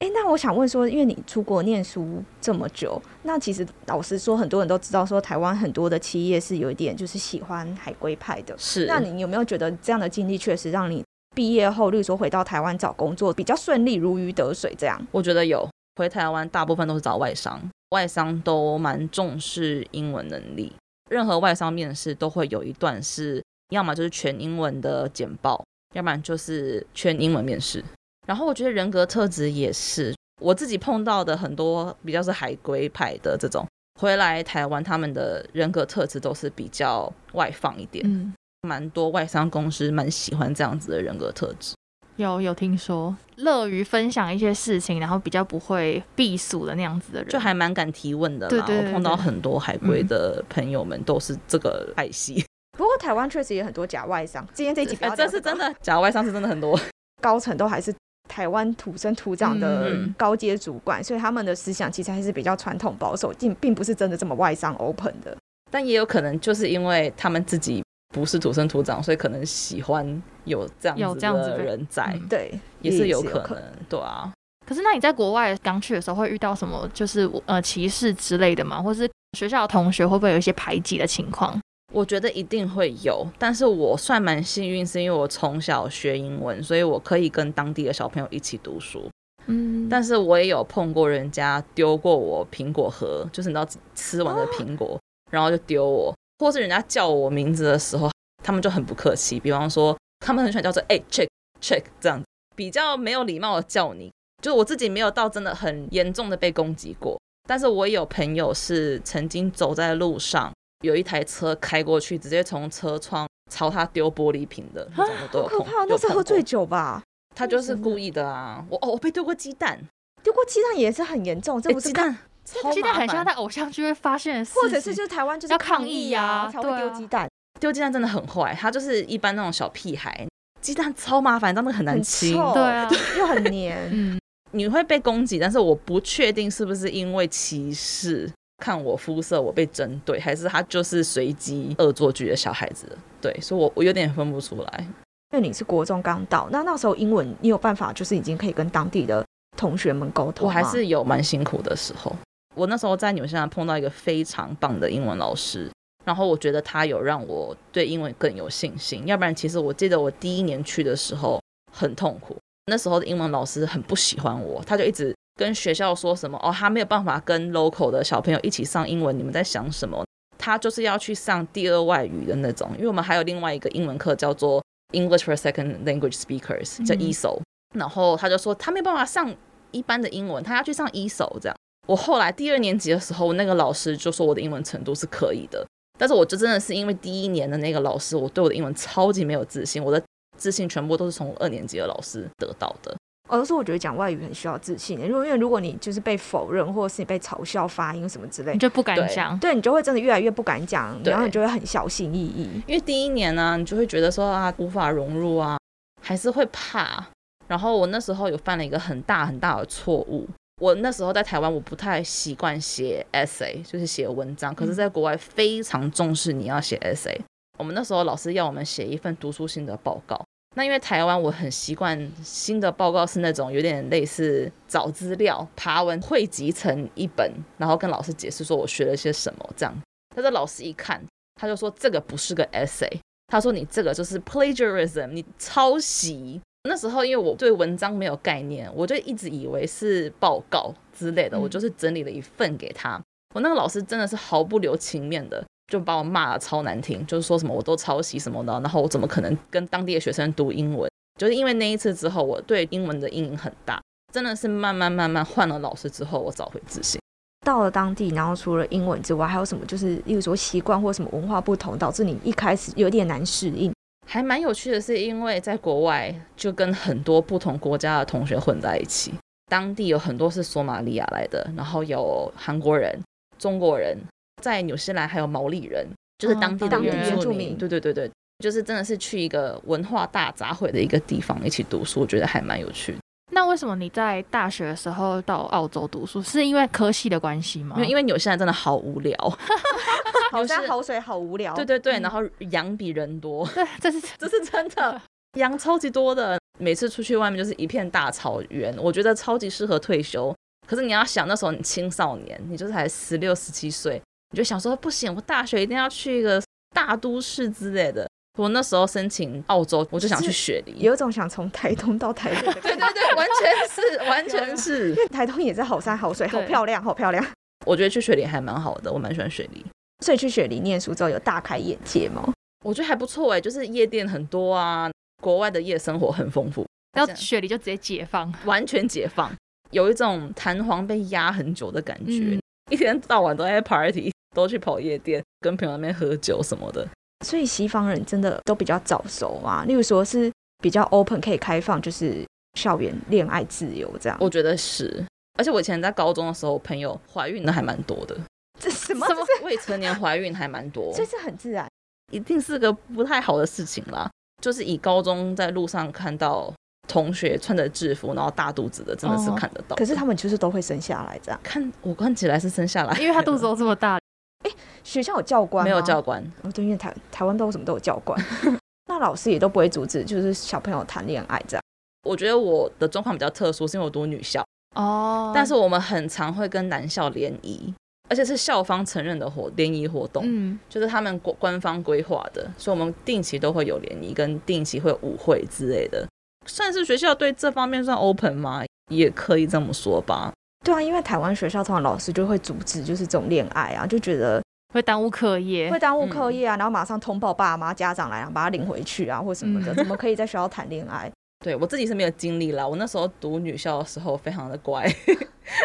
S2: 哎，那我想问说，因为你出国念书这么久，那其实老实说，很多人都知道说台湾很多的企业是有一点就是喜欢海归派的，
S3: 是
S2: 那你有没有觉得这样的经历确实让你毕业后，例如说回到台湾找工作比较顺利，如鱼得水这样？
S3: 我觉得有回台湾，大部分都是找外商，外商都蛮重视英文能力。任何外商面试都会有一段是，要么就是全英文的简报，要不然就是全英文面试。然后我觉得人格特质也是，我自己碰到的很多比较是海归派的这种，回来台湾他们的人格特质都是比较外放一点，
S1: 嗯，
S3: 蛮多外商公司蛮喜欢这样子的人格特质。
S1: 有有听说，乐于分享一些事情，然后比较不会避暑的那样子的人，
S3: 就还蛮敢提问的啦。
S1: 对对对
S3: 我碰到
S1: 对
S3: 很多海归的朋友们都是这个派 系，
S2: 不过台湾确实也很多假外商，今天这一集不
S3: 哎、
S2: 要
S3: 这
S2: 聊
S3: 是
S2: 这
S3: 真
S2: 个
S3: 的，假外商是真的很多。
S2: 高层都还是台湾土生土长的
S3: 嗯嗯
S2: 高阶主管，所以他们的思想其实还是比较传统保守，并并不是真的这么外商 open 的。
S3: 但也有可能就是因为他们自己不是土生土长，所以可能喜欢有这样
S1: 有这样子
S3: 的
S1: 的
S3: 人在，
S1: 嗯
S2: 对，也
S3: 也是
S2: 是
S3: 有
S2: 有
S3: 可
S2: 可
S3: 能，对啊。
S1: 可是那你在国外刚去的时候会遇到什么就是呃歧视之类的吗？或是学校的同学会不会有一些排挤的情况？
S3: 我觉得一定会有，但是我算蛮幸运，是因为我从小学英文，所以我可以跟当地的小朋友一起读书。
S1: 嗯，
S3: 但是我也有碰过人家丢过我苹果核，就是你知道吃
S2: 哦
S3: 完的苹果，然后就丢我，或是人家叫我名字的时候，他们就很不客气。比方说，他们很喜欢叫做“哎、check check” 这样子，比较没有礼貌的叫你。就是我自己没有到真的很严重的被攻击过，但是我也有朋友是曾经走在路上，有一台车开过去，直接从车窗朝他丢玻璃瓶的那种，我都有
S2: 啊可
S3: 碰。
S2: 怕，
S3: 有
S2: 那是
S3: 碰
S2: 喝
S3: 过
S2: 醉酒吧？
S3: 他就是故意的啊！我哦，我被丢过鸡蛋，
S2: 丢过鸡蛋也是很严重，这
S3: 诶
S2: 不是
S3: 鸡
S2: 看，
S3: 哎蛋，超
S1: 鸡蛋
S3: 麻
S1: 很像
S3: 烦
S1: 在偶像剧会发现的事情，
S2: 或者是就是台湾就是
S1: 要抗
S2: 议
S1: 议
S2: 啊，
S1: 啊
S2: 才会
S1: 对
S2: 丢
S1: 啊
S2: 鸡蛋，
S3: 丢鸡蛋真的很坏，他就是一般那种小屁孩，鸡蛋超麻烦，但那个很难
S2: 很
S3: 清，
S2: 臭，
S1: 对啊，
S2: 又很黏。
S1: 嗯，
S3: 你会被攻击，但是我不确定是不是因为歧视，看我肤色我被针对，还是他就是随机恶作剧的小孩子，对，所以我我有点分不出来。
S2: 因为你是国中刚到，那那时候英文你有办法，就是已经可以跟当地的同学们沟通
S3: 我
S2: 吗，
S3: 还是有蛮辛苦的时候。我那时候在纽西兰碰到一个非常棒的英文老师，然后我觉得他有让我对英文更有信心。要不然，其实我记得我第一年去的时候很痛苦，那时候的英文老师很不喜欢我，他就一直跟学校说什么哦，他没有办法跟 local 的小朋友一起上英文，你们在想什么？他就是要去上第二外语的那种，因为我们还有另外一个英文课叫做 English for Second Language Speakers，叫
S1: 嗯
S3: ESO，、然后他就说他没有办法上一般的英文，他要去上一手这样。我后来第二年级的时候，那个老师就说我的英文程度是可以的，但是我就真的是因为第一年的那个老师，我对我的英文超级没有自信，我的自信全部都是从我二年级的老师得到的。
S2: 哦，而是我觉得讲外语很需要自信欸的，因为因为如果你就是被否认，或者是你被嘲笑发音什么之类
S1: 你，就不敢
S3: 对
S1: 讲，
S2: 对你就会真的越来越不敢讲，
S3: 对
S2: 然后你就会很小心翼翼。
S3: 因为第一年呢、你就会觉得说啊无法融入啊，还是会怕。然后我那时候有犯了一个很大很大的错误，我那时候在台湾我不太习惯写 essay，就是写文章，可是在国外非常重视你要写 essay。我们那时候老师要我们写一份读书心得报告。那因为台湾我很习惯新的报告是那种有点类似找资料、爬文汇集成一本，然后跟老师解释说我学了些什么这样。但是老师一看，他就说这个不是个 essay，他说你这个就是 plagiarism，你抄袭。那时候因为我对文章没有概念，我就一直以为是报告之类的，
S1: 嗯
S3: 我就是整理了一份给他。我那个老师真的是毫不留情面的，就把我骂的超难听，就是说什么我都抄袭什么的，然后我怎么可能跟当地的学生读英文？就是因为那一次之后，我对英文的阴影很大，真的是慢慢慢慢换了老师之后，我找回自信。
S2: 到了当地，然后除了英文之外，还有什么就是，例如说习惯或什么文化不同，导致你一开始有点难适 应。
S3: 还蛮有趣的是，因为在国外就跟很多不同国家的同学混在一起，当地有很多是索马利亚来的，然后有韩国人、中国人，在纽西兰还有毛利人，就是
S1: 哦
S3: 当地的
S1: 当地原
S2: 住
S3: 住
S2: 民
S3: 对对对对，就是真的是去一个文化大杂烩的一个地方一起读书，我觉得还蛮有趣的。
S1: 那为什么你在大学的时候到澳洲读书，是因为科系的关系吗？
S3: 因为因为纽西兰真的好无聊，
S2: 好
S3: 山
S2: 好水，好无聊
S3: 对
S2: 对对，
S3: 对对，
S1: 嗯
S3: 然后羊比人多，
S1: 对， 这是
S3: 这是真的，羊超级多的。每次出去外面就是一片大草原，我觉得超级适合退休。可是你要想，那时候你青少年，你就是才十六、十七岁，你就想说不行，我大学一定要去一个大都市之类的。我那时候申请澳洲，我就想去雪梨。
S2: 有一种想从台东到台北的感觉。
S3: 对 对对，完全是，完 全是。
S2: 台东也是好山好水，好
S1: 对
S2: 漂亮，好漂亮。
S3: 我觉得去雪梨还蛮好的，我蛮喜欢雪梨。
S2: 所以去雪梨念书之后，有大开眼界吗？
S3: 我觉得还不错哎，就是夜店很多啊，国外的夜生活很丰富，
S1: 到雪梨就直接解放，
S3: 完全解放，有一种弹簧被压很久的感觉，
S1: 嗯
S3: 一天到晚都在 party，都去跑夜店，跟朋友在那边喝酒什么的。
S2: 所以西方人真的都比较早熟啊，例如说是比较 open 可以开放，就是校园恋爱自由这样。
S3: 我觉得是，而且我以前在高中的时候，朋友怀孕的还蛮多的，
S2: 这什么？这
S3: 未成年怀孕还蛮多，
S2: 这是很自然。
S3: 一定是个不太好的事情啦。就是以高中在路上看到同学穿着制服，然后大肚子的，真的是
S1: 哦
S3: 看得到的。
S2: 可是他们就是都会生下来这样。
S3: 看我看起来是生下来，
S1: 因为他肚子都这么 大，
S2: 学校有教官吗
S3: 没有教官，
S2: 哦，对，因为台台湾都什么都有教官， 那老师也都不会阻止，就是小朋友谈恋爱这样。
S3: 我觉得我的状况比较特殊，是因为我读女校，
S1: 哦，
S3: 但是我们很常会跟男校联谊，而且是校方承认的活联谊活动，
S1: 嗯，
S3: 就是他们官官方规划的，所以我们定期都会有联谊，跟定期会有舞会之类的，算是学校对这方面算 open 吗？也可以这么说吧。
S2: 对啊，因为台湾学校通常老师就会阻止，就是这种恋爱啊，就觉得
S1: 会耽误课业
S2: 会，
S3: 嗯
S2: 耽误课业啊，然后马上通报爸妈、家长来，然后把他领回去啊，或什么的，
S1: 嗯
S2: 怎么可以在学校谈恋爱？
S3: 对我自己是没有经历啦，我那时候读女校的时候非常的乖，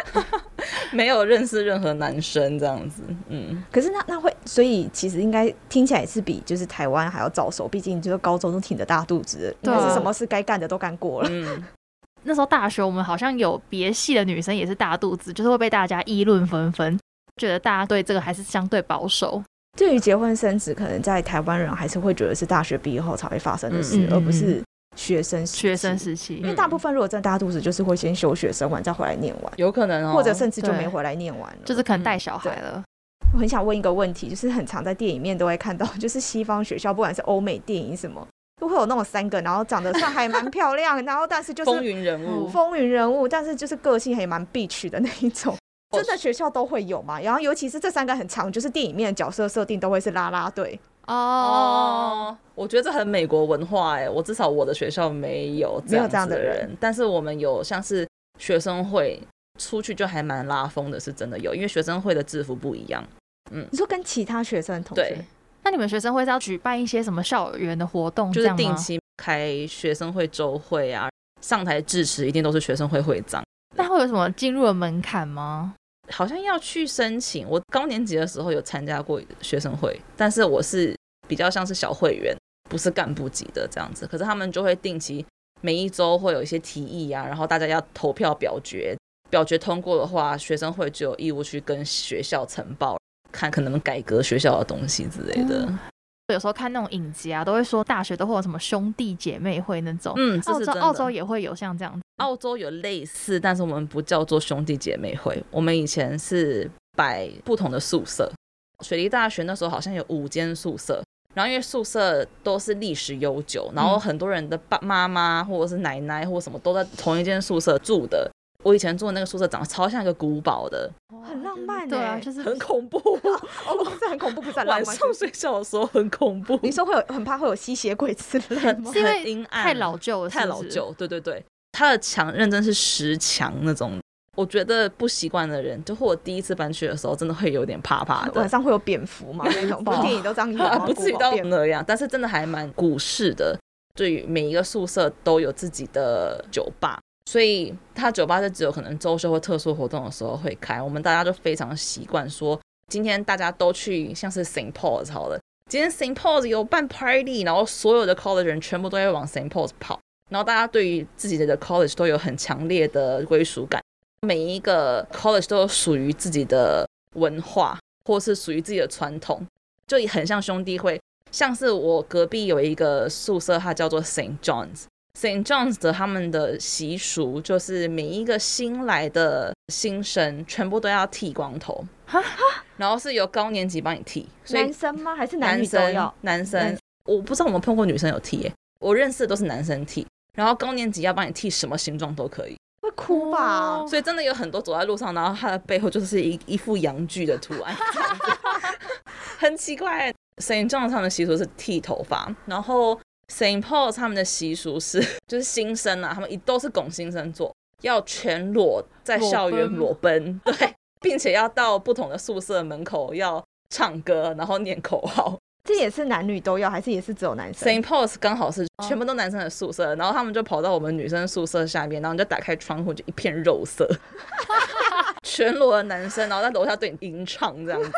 S3: 没有认识任何男生这样子， 嗯，
S2: 可是那那会，所以其实应该听起来是比就是台湾还要早熟，毕竟就是高中都挺着大肚子的，
S1: 对
S2: 应该
S1: 啊
S2: 是什么事该干的都干过了。
S3: 嗯，
S1: 那时候大学我们好像有别系的女生也是大肚子，就是会被大家议论纷纷，觉得大家对这个还是相对保守。
S2: 对于结婚生子，可能在台湾人还是会觉得是大学毕业后才会发生的事，
S1: 嗯嗯
S2: 而不是学生时期
S1: 学生。时期
S2: 因，为
S3: 嗯
S2: 大部分如果真的大肚子，就是会先休学生完再回来念完，
S3: 有可能哦，
S2: 或者甚至就
S1: 对
S2: 没回来念完了。
S1: 就是可能
S3: 嗯
S1: 带小孩了，
S2: 我很想问一个问题，就是很常在电影里面都会看到，就是西方学校，不管是欧美电影什么，都会有那种三个，然后长得算还蛮漂亮，然后但是就是
S3: 风云人物，
S2: 风云人物，但是就是个性还蛮 bitch 的那一 种。
S3: 哦
S2: 真的学校都会有嘛？然后尤其是这三个很长，就是电影里面的角色设定都会是啦啦队。
S1: 哦，
S3: 哦，我觉得这很美国文化哎、我至少我的学校没有
S2: 没有这样
S3: 子
S2: 的
S3: 的
S2: 人，
S3: 但是我们有像是学生会出去就还蛮拉风的，是真的有，因为学生会的制服不一样，
S2: 你说跟其他学生同学
S3: 对，，
S1: 那你们学生会是要举办一些什么校园的活动
S3: 就
S1: 这
S2: 哦
S3: 是
S1: 样吗？
S3: 定期开学生会周会啊，上台致辞一定都是学生会会长，
S1: 那会有什么进入的门槛吗？
S3: 好像要去申请。我高年级的时候有参加过学生会，但是我是比较像是小会员，不是干部级的这样子。可是他们就会定期每一周会有一些提议啊，然后大家要投票表决，表决通过的话，学生会就有义务去跟学校呈报，看可能改革学校的东西之类的。
S1: 嗯有时候看那种影集啊，都会说大学都会有什么兄弟姐妹会那种，
S3: 嗯，这
S1: 澳
S3: 是
S1: 洲
S3: 真的。
S1: 澳洲也会有像这样子，
S3: 澳洲有类似，但是我们不叫做兄弟姐妹会，我们以前是摆不同的宿舍。水利大学那时候好像有五间宿舍，然后因为宿舍都是历史悠久，然
S1: 嗯
S3: 后很多人的爸妈妈或者是奶奶或什么都在同一间宿舍住的。我以前住的那个宿舍长得超像一个古堡的，
S2: 很浪漫、欸。
S1: 对啊，就是
S3: 很恐怖。
S2: 哦，不是很恐怖，不是很浪
S3: 晚
S2: 漫。
S3: 上睡觉的时候很恐怖，
S2: 你说会有很怕会有吸血鬼之类吗？
S1: 是因
S3: 很
S1: 为
S3: 阴暗
S1: 太老旧了是不
S3: 太
S1: 是
S3: 老，旧，对对对，他的墙认真是十强那种。我觉得不习惯的人，就或我第一次搬去的时候，真的会有点怕怕
S2: 晚
S3: 的，
S2: 上会有蝙蝠嘛？那种不是电影都这样演吗？
S3: 不至于
S2: 古堡
S3: 到
S2: 蝙蝠
S3: 那样，但是真的还蛮古式的。对于每一个宿舍都有自己的酒吧，所以他酒吧就只有可能周休或特殊活动的时候会开。我们大家就非常习惯说，今天大家都去像是 St. Paul's 好了，今天 St. Paul's 有办 party，然后所有的 college 人全部都会往 St. Paul's 跑，然后大家对于自己的 college 都有很强烈的归属感，每一个 college 都有属于自己的文化，或是属于自己的传统，就很像兄弟会。像是我隔壁有一个宿舍，它叫做 St. John's。St. John's 的他们的习俗就是每一个新来的新生全部都要剃光头，然后是由高年级帮你剃，所以
S2: 男生吗？还是男
S3: 男
S2: 女都
S3: 生
S2: 要？，
S3: 男
S2: 男
S3: 生
S2: 生，
S3: 我不知道我们碰过女生有剃耶、我认识的都是男生剃。然后高年级要帮你剃什么形状都可以，
S2: 会哭吧？
S1: 哦
S3: 所以真的有很多走在路上，然后他的背后就是一 一副洋具的图案， 这样子很奇怪。Saint John 他们的习俗是剃头发，然后 Saint Paul 他们的习俗是 就是新生啊，他们一都是拱新生做，要全裸在
S1: 裸
S3: 校园
S1: 奔
S3: 裸奔，对，并且要到不同的宿舍门口要唱歌，然后念口号。
S2: 这也是男女都要，还是也是只有男生？
S3: St. Paul's 刚好是全部都男生的宿舍，然后他们就跑到我们女生宿舍下面，然后你就打开窗户，就一片肉色，全裸的男生，然后在楼下对你吟唱这样子。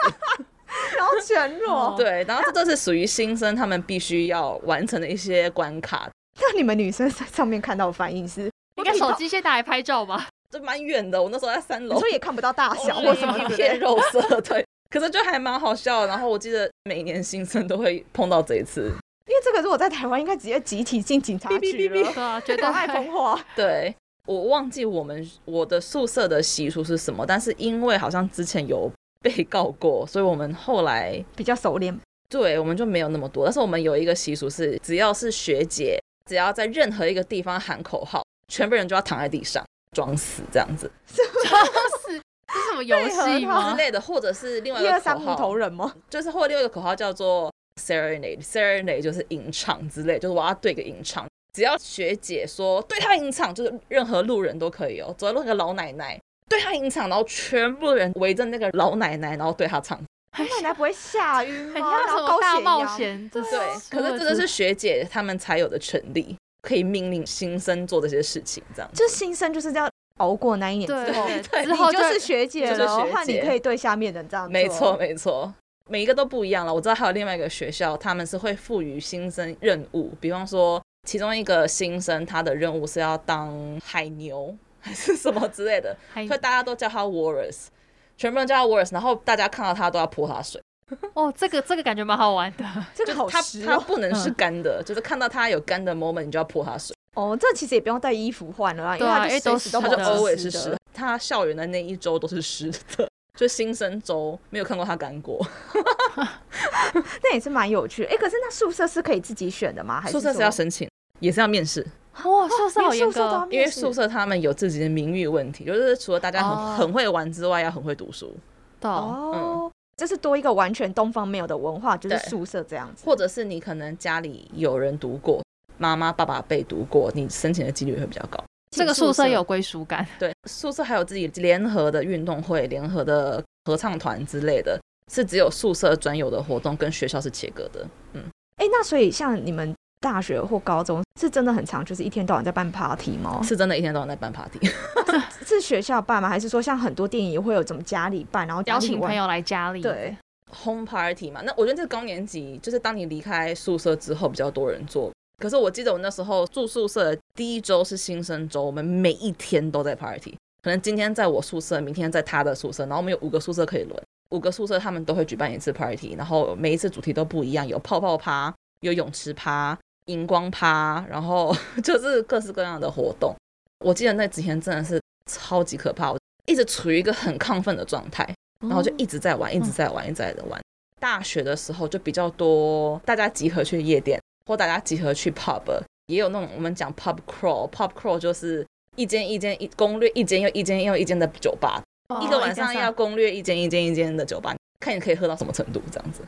S2: 然后全裸
S1: 哦。
S3: 对，然后这就是属于新生他们必须要完成的一些关卡，
S2: 那你们女生在上面看到的反应是，
S1: 应该手机先拿来拍照吧？
S3: 就蛮远的。我那时候在三楼，
S2: 所以也看不到大小
S3: 哦
S2: 或什么
S3: 一
S2: 之类
S3: 片
S2: 的。
S3: 肉色，对。可是就还蛮好笑的，然后我记得每年新生都会碰到这一次，
S2: 因为这个如果在台湾，应该直接集体进警察局了。
S1: 对啊，绝对
S2: 搞 爱
S1: 会
S2: 风化，
S3: 对我忘记我们我的宿舍的习俗是什么，但是因为好像之前有被 告过，所以我们后来
S2: 比较熟练。
S3: 对我们就没有那么多。但是我们有一个习俗是，只要是学姐，只要在任何一个地方喊口号，全部人就要躺在地上装死 这样子
S1: 就是这是什么游戏
S3: 之
S1: 吗？
S3: 类的，或者是另外一
S2: 啊一
S3: 个
S2: 二
S3: 口
S2: 三木头
S3: 号，
S2: 人吗？
S3: 就是或另外一个口号叫做 serenade，serenade 就是吟唱之类，就是我要对个吟唱。只要学姐说对她吟唱，就是任何路人都可以哦，走在路上一个老奶奶对她吟唱，然后全部人围着那个老奶奶，然后对她唱。
S2: 奶奶不会 吓晕
S1: 很
S2: 吗？
S1: 像
S2: 然
S1: 什
S2: 后
S1: 么
S2: 高
S1: 大
S2: 血
S1: 冒
S2: 压。
S1: 险？对
S3: 对，可是这个是学姐她们才有的权利，可以命令新生做这些事情，这样子。
S2: 就新生就是这样熬过那一年之
S1: 对
S2: 后，
S1: 对
S3: 对
S1: 之
S2: 你
S1: 后
S2: 就是学姐
S3: 就是
S2: 了，
S3: 学
S2: 换你
S3: 姐
S2: 可以对下面的人这样做。
S3: 没错，没错，每一个都不一样了。我知道还有另外一个学校，他们是会赋予新生任务，比方说其中一个新生他的任务是要当海牛 还是什么之类的，
S1: 还
S3: 所以大家都叫他 Warriors，全部人叫他 Warriors，然后大家看到他都要泼他水，
S1: 哦，这个这个感觉蛮好玩的，
S2: 这个
S3: 就是
S2: 好
S3: 他
S2: 实
S3: 他
S2: 哦。
S3: 不能是干的，就是看到他有干的 moment，你就要泼他水，
S2: 哦，这其实也不用带衣服换了啦，
S1: 对啊
S2: 因
S1: 因
S2: 为
S1: 为
S2: 它就
S1: 都
S2: 随时都
S1: 湿
S3: 他
S1: 的
S3: 就
S2: 保持
S3: always 是湿的。他校园的那一周都是湿的， 就新生周没有看过他干过。
S2: 那也是蛮有趣的。哎，可是那宿舍是可以自己选的吗？还是
S3: 宿舍是
S2: 说
S3: 要申请，也是要面试。
S1: 哇，宿舍
S2: 连
S1: 好严
S2: 宿舍都
S1: 格，
S2: 要
S3: 因为
S2: 面试
S3: 宿舍他们有自己的名誉问题，就是除了大家很、
S1: 哦
S3: 很会玩之外，要很会读书，
S1: 懂
S2: 哦，这是多一个完全东方没有的文化，就是
S3: 嗯对
S2: 宿舍这样子。
S3: 或者是你可能家里有人读过，妈妈爸爸被读过，你申请的几率会比较高。
S1: 这个宿舍有归属感，
S3: 对，宿舍还有自己联合的运动会、联合的合唱团之类的，是只有宿舍专有的活动，跟学校是切割的。
S2: 哎，那所以像你们大学或高中是真的很长，就是一天到晚在办 party 吗？
S3: 是真的一天到晚在办 party，
S2: 是学校办吗？还是说像很多电影也会有怎么家里办，然后家
S1: 邀
S2: 里
S1: 请
S2: 玩
S1: 朋友来家里，
S2: 对，
S3: home party 嘛。那我觉得这个高年级就是当你离开宿舍之后，比较多人做。可是我记得我那时候住宿舍的第一周是新生周，我们每一天都在 party，可能今天在我宿舍，明天在他的宿舍，然后我们有五个宿舍可以轮，五个宿舍他们都会举办一次 party，然后每一次主题都不一样，有泡泡趴，有泳池趴，荧光趴，然后 就是各式各样的活动。我记得那几天真的是超级可怕，我一直处于一个很亢奋的状态，然
S1: 哦
S3: 后就一直在玩，一直在玩，一直在玩。大学的时候就比较多，大家集合去夜店，或大家集合去 pub，也有那种我们讲 pub crawl，pub crawl 就是一间一间一攻略一间又一间又一间的酒吧，
S1: 哦
S3: 一个晚上要攻略一间一间一间的酒吧，看你可以喝到什么程度这样子。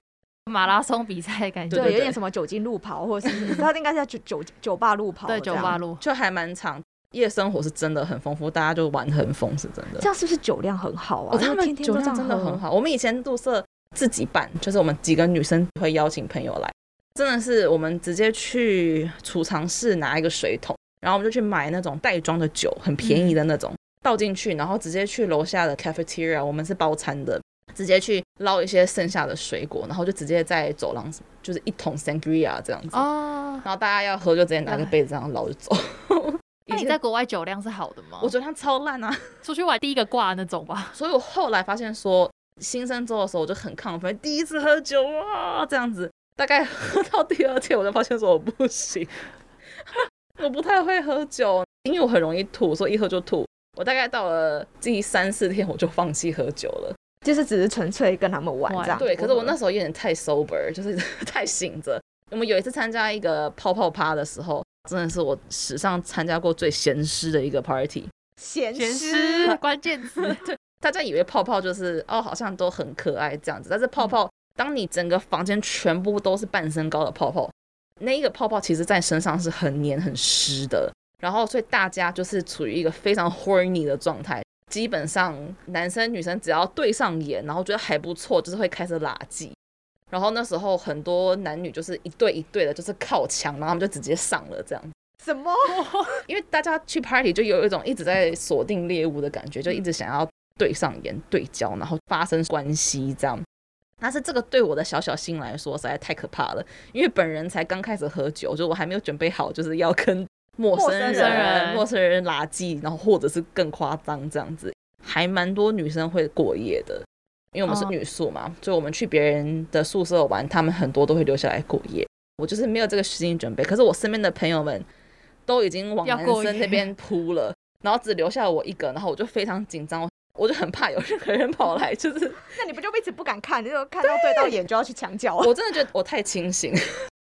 S1: 马拉松比赛的感觉，
S3: 对对
S2: 有点什么酒精路跑，或者 是他应该是叫酒酒酒吧路跑，
S1: 对酒吧。路，
S3: 就还蛮长，夜生活是真的很丰富，大家就玩很疯是真的
S2: 这。样是不是酒量很好啊？
S3: 哦，他
S2: 因为
S3: 们
S2: 天天都
S3: 酒
S2: 这样
S3: 量真的
S2: 喝
S3: 很。好。我们以前宿舍自己办，就是我们几个女生会邀请朋友来，真的是我们直接去储藏室拿一个水桶，然后我们就去买那种袋装的酒，很便
S2: 嗯
S3: 宜的那种，倒进去，然后直接去楼下的 cafeteria，我们是包餐的，直接去捞一些剩下的水果，然后就直接在走廊就是一桶 sangria 这样子，
S1: 哦，
S3: 然后大家要喝就直接拿个杯子这样捞就 走。
S1: 那你
S3: 以前
S1: 在国外酒量是好的吗？
S3: 我觉得他超烂啊！
S1: 出去玩第一个挂那种 吧，
S3: 所以我后来发现说，新生周的时候我就很亢奋，第一次喝酒啊，这样子，大概喝到第二天我就发现说我不行， 我不太会喝酒，因为我很容易吐，所以一喝就吐。我大概到了第三四天我就放弃喝酒了。
S2: 就是只是纯粹跟他们玩这样。
S3: 对，可是我那
S2: 时
S3: 时候有点太 sober，就是 太醒着。我们有一次参加一个泡泡趴的时候，真的是我史上参加过最咸湿的一个 party。
S2: 咸
S1: 全
S2: 湿
S1: 湿关键词，
S3: 大家以为泡泡就是哦，好像都很可爱这样子，但是泡泡，当你整个房间全部都是半身高的泡泡，那一个泡泡其实在身上是很黏很湿的，然后所以大家就是处于一个非常 horny 的状态。基本上男生女生只要对上眼，然后觉得还不错，就是会开始拉近。然后那时候很多男女就是一对一对的，就是靠墙，然后他们就直接上了这样。
S2: 什 么？
S3: 因为大家去 party 就有一种一直在锁定猎物的感觉，就一直想要对上眼、对焦，然后发生关系这样。但是这个对我的小小心来说实在太可怕了，因为本人才刚开始喝酒，就我还没有准备好，就是要跟陌生人、
S2: 陌
S3: 陌
S2: 生
S3: 生
S1: 人
S3: 人拉近，然后或者是更夸张这样子，还蛮多女生会过夜的，因为我们是
S1: 哦
S3: 女宿嘛，就我们去别人的宿舍玩，他们很多都会留下来过夜。我就是没有这个心理准备，可是我身边的朋友们都已经往
S1: 要
S3: 男
S1: 过夜
S3: 生那边扑了，然后只留下我一个，然后我就非常紧张，我就很怕有任何人跑来，就是
S2: 那你不就一直不敢看，就看到对到眼就要去啊墙角？
S3: 我真的觉得我太清醒，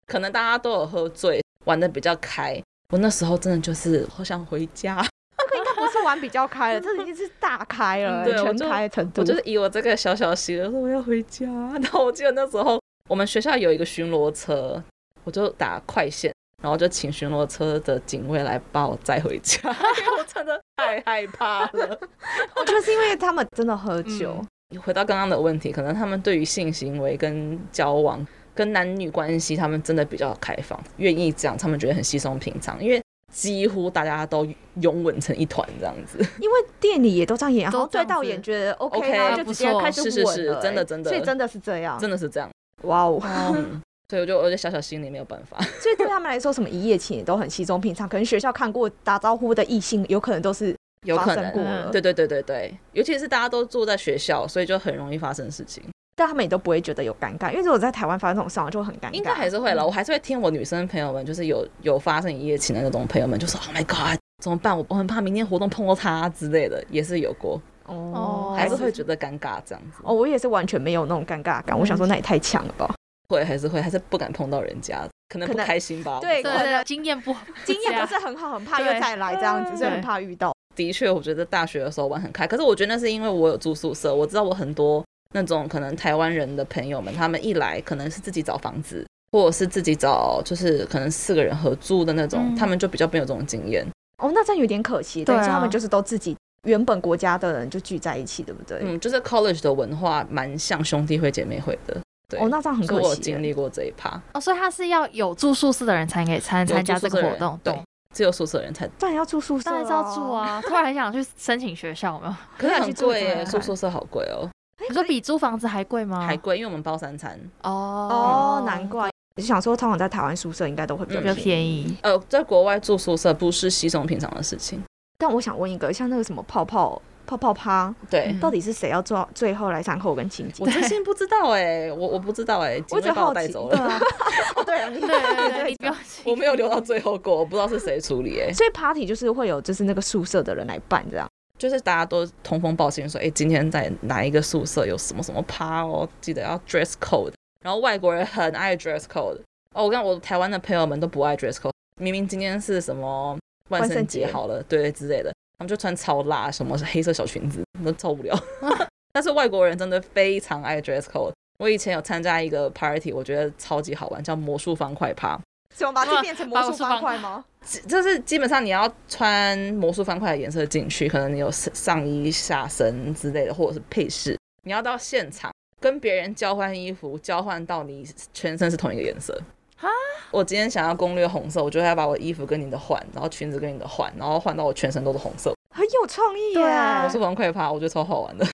S3: 可能大家都有喝醉，玩的比较开。我那时候真的就是好想回家，
S2: 那不是玩比较开了，这已经是大开了，
S3: 嗯对我
S2: 全
S3: 就
S2: 开的程度。
S3: 我就是以我这个小小媳妇说我要回家。然后我记得那时候我们学校有一个巡逻车，我就打快线，然后就请巡逻车的警卫来把我载回家， 因为我真的太害怕了。
S2: 我觉得是因为他们真的喝酒，
S1: 嗯
S3: 回到刚刚的问题，可能他们对于性行为跟交往、跟男女关系，他们真的比较开放，愿意这样，他们觉得很稀松平常。因为几乎大家都拥吻成一团这样子。
S2: 因为店里也都这样演，然后
S1: 都这
S2: 对
S1: 样
S2: 到眼
S1: 子
S2: 觉得 OK，,
S3: OK，
S2: 然后
S3: 啊
S2: 就
S1: 不
S2: 直接
S1: 错
S2: 开始
S3: 是是
S2: 吻
S3: 是
S2: 了欸
S3: 真的真的
S2: 所以真的是这样，
S3: 真的是这样，
S2: 哇哦！
S3: 嗯，所以我就我就小小心里没有办法，
S2: 所以对他们来说，什么一夜情也都很稀松平常，可能学校看过打招呼的异性，有可能都是
S3: 有可
S2: 发生过
S3: 能，嗯
S2: 了，
S3: 对对对对对，尤其是大家都住在学校，所以就很容易发生事情。
S2: 但他们也都不会觉得有尴尬，因为如果在台湾发生这种事，好像就很尴尬。
S3: 应该还是
S2: 嗯
S3: 会了，我还是会听我女生朋友们，就是有有发生一夜情的那种朋友们，就说 Oh my God，怎么办？我我很怕明天活动碰到他之类的，也是有过，
S2: 哦
S1: 哦，
S3: 还是会觉得嗯尴尬这样子。
S2: 哦，我也是完全没有那种尴尬感。我想说，那也太强了吧？
S3: 会还是会，还是不敢碰到人家，可能不
S2: 可能
S3: 开心吧。
S2: 对
S3: 我不
S1: 对
S3: 知道
S1: 对对，经验不
S2: 经验不
S1: 佳
S2: 是很好，很怕又
S1: 对
S2: 再来这样子，
S3: 嗯
S2: 所以很怕遇到。
S3: 的确，我觉得大学的时候玩很开，可是我觉得那是因为我有住宿舍，我知道我很多那种可能台湾人的朋友们，他们一来可能是自己找房子，或者是自己找就是可能四个人合租的那种，
S1: 嗯
S3: 他们就比较没有这种经验。
S2: 哦，那这样有点可惜。
S1: 对
S2: 等
S1: 啊
S2: 于说他们就是都自己原本国家的人就聚在一起，对不对？
S3: 嗯，就是 college 的文化蛮像兄弟会、姐妹会的。对，
S2: 哦，那这样很
S3: 所
S2: 可
S3: 以我有
S2: 惜
S3: 经
S2: 耶。
S3: 历过这一趴，
S1: 哦，所以他是要有住宿舍的人才可以参
S3: 有
S1: 参加
S3: 住
S1: 这
S3: 宿
S1: 个
S3: 舍
S1: 活
S3: 人
S1: 动，
S3: 对
S1: 懂？
S3: 只有宿舍人才，
S2: 当然要住宿舍，
S1: 当然是要住。啊！ 突然很想去申请学校，有没有？
S3: 可是
S2: 那你
S3: 很
S2: 去住啊
S3: 贵
S2: 怎么
S3: 耶，
S2: 样
S3: 住宿舍好贵哦，
S1: 你说比租房子还贵
S2: 啊
S1: 吗？
S3: 还贵，因为我们包三餐。
S1: 哦
S2: 哦，难怪。我就想说，通常在台湾宿舍应该都会比较
S1: 比较
S2: 便宜。
S1: 便宜。
S3: 呃，在国外住宿舍不是稀松平常的事情。
S2: 但我想问一个，像那个什么泡泡泡泡趴，
S3: 对，
S1: 嗯
S2: 到底是谁要做最后来善后跟清洁
S3: 我？真心不知道哎、我我不知道哎、欸，
S1: 嗯
S2: 我觉
S3: 姐妹
S2: 得
S3: 把
S2: 好
S3: 我带
S2: 奇，
S3: 走
S2: 对
S3: 了，
S2: 啊， 哦 对啊，你
S1: 对对对，你不要急
S3: 我没有留到最后过，我不知道是谁处理哎、
S2: 所以 party 就是会有就是那个宿舍的人来办这样。
S3: 就是大家都通风报信说，哎、今天在哪一个宿舍有什么什么趴哦，记得要 dress code。然后外国人很爱 dress code，哦，我跟我台湾的朋友们都不爱 dress code，明明今天是什么万
S2: 万
S3: 圣
S2: 圣
S3: 节
S2: 节
S3: 好了，对之类的，他们就穿超辣，什么黑色小裙子，都超无聊。 但是外国人真的非常爱 dress code。我以前有参加一个 party，我觉得超级好玩，叫魔术方块趴。
S2: 怎么把
S1: 这变
S2: 成
S1: 魔术方块
S2: 吗？
S3: 就是基本上你要穿魔术方块的颜色进去，可能你有上上衣、下身之类的，或者是配饰。你要到现场跟别人交换衣服，交换到你全身是同一个颜色。
S1: 哈，
S3: 我今天想要攻略红色，我就会把我衣服跟你的换，然后裙子跟你的换，然后换到我全身都是红色。
S2: 很有创意耶，
S1: 对啊
S3: 魔术方块趴，我觉得超好玩的。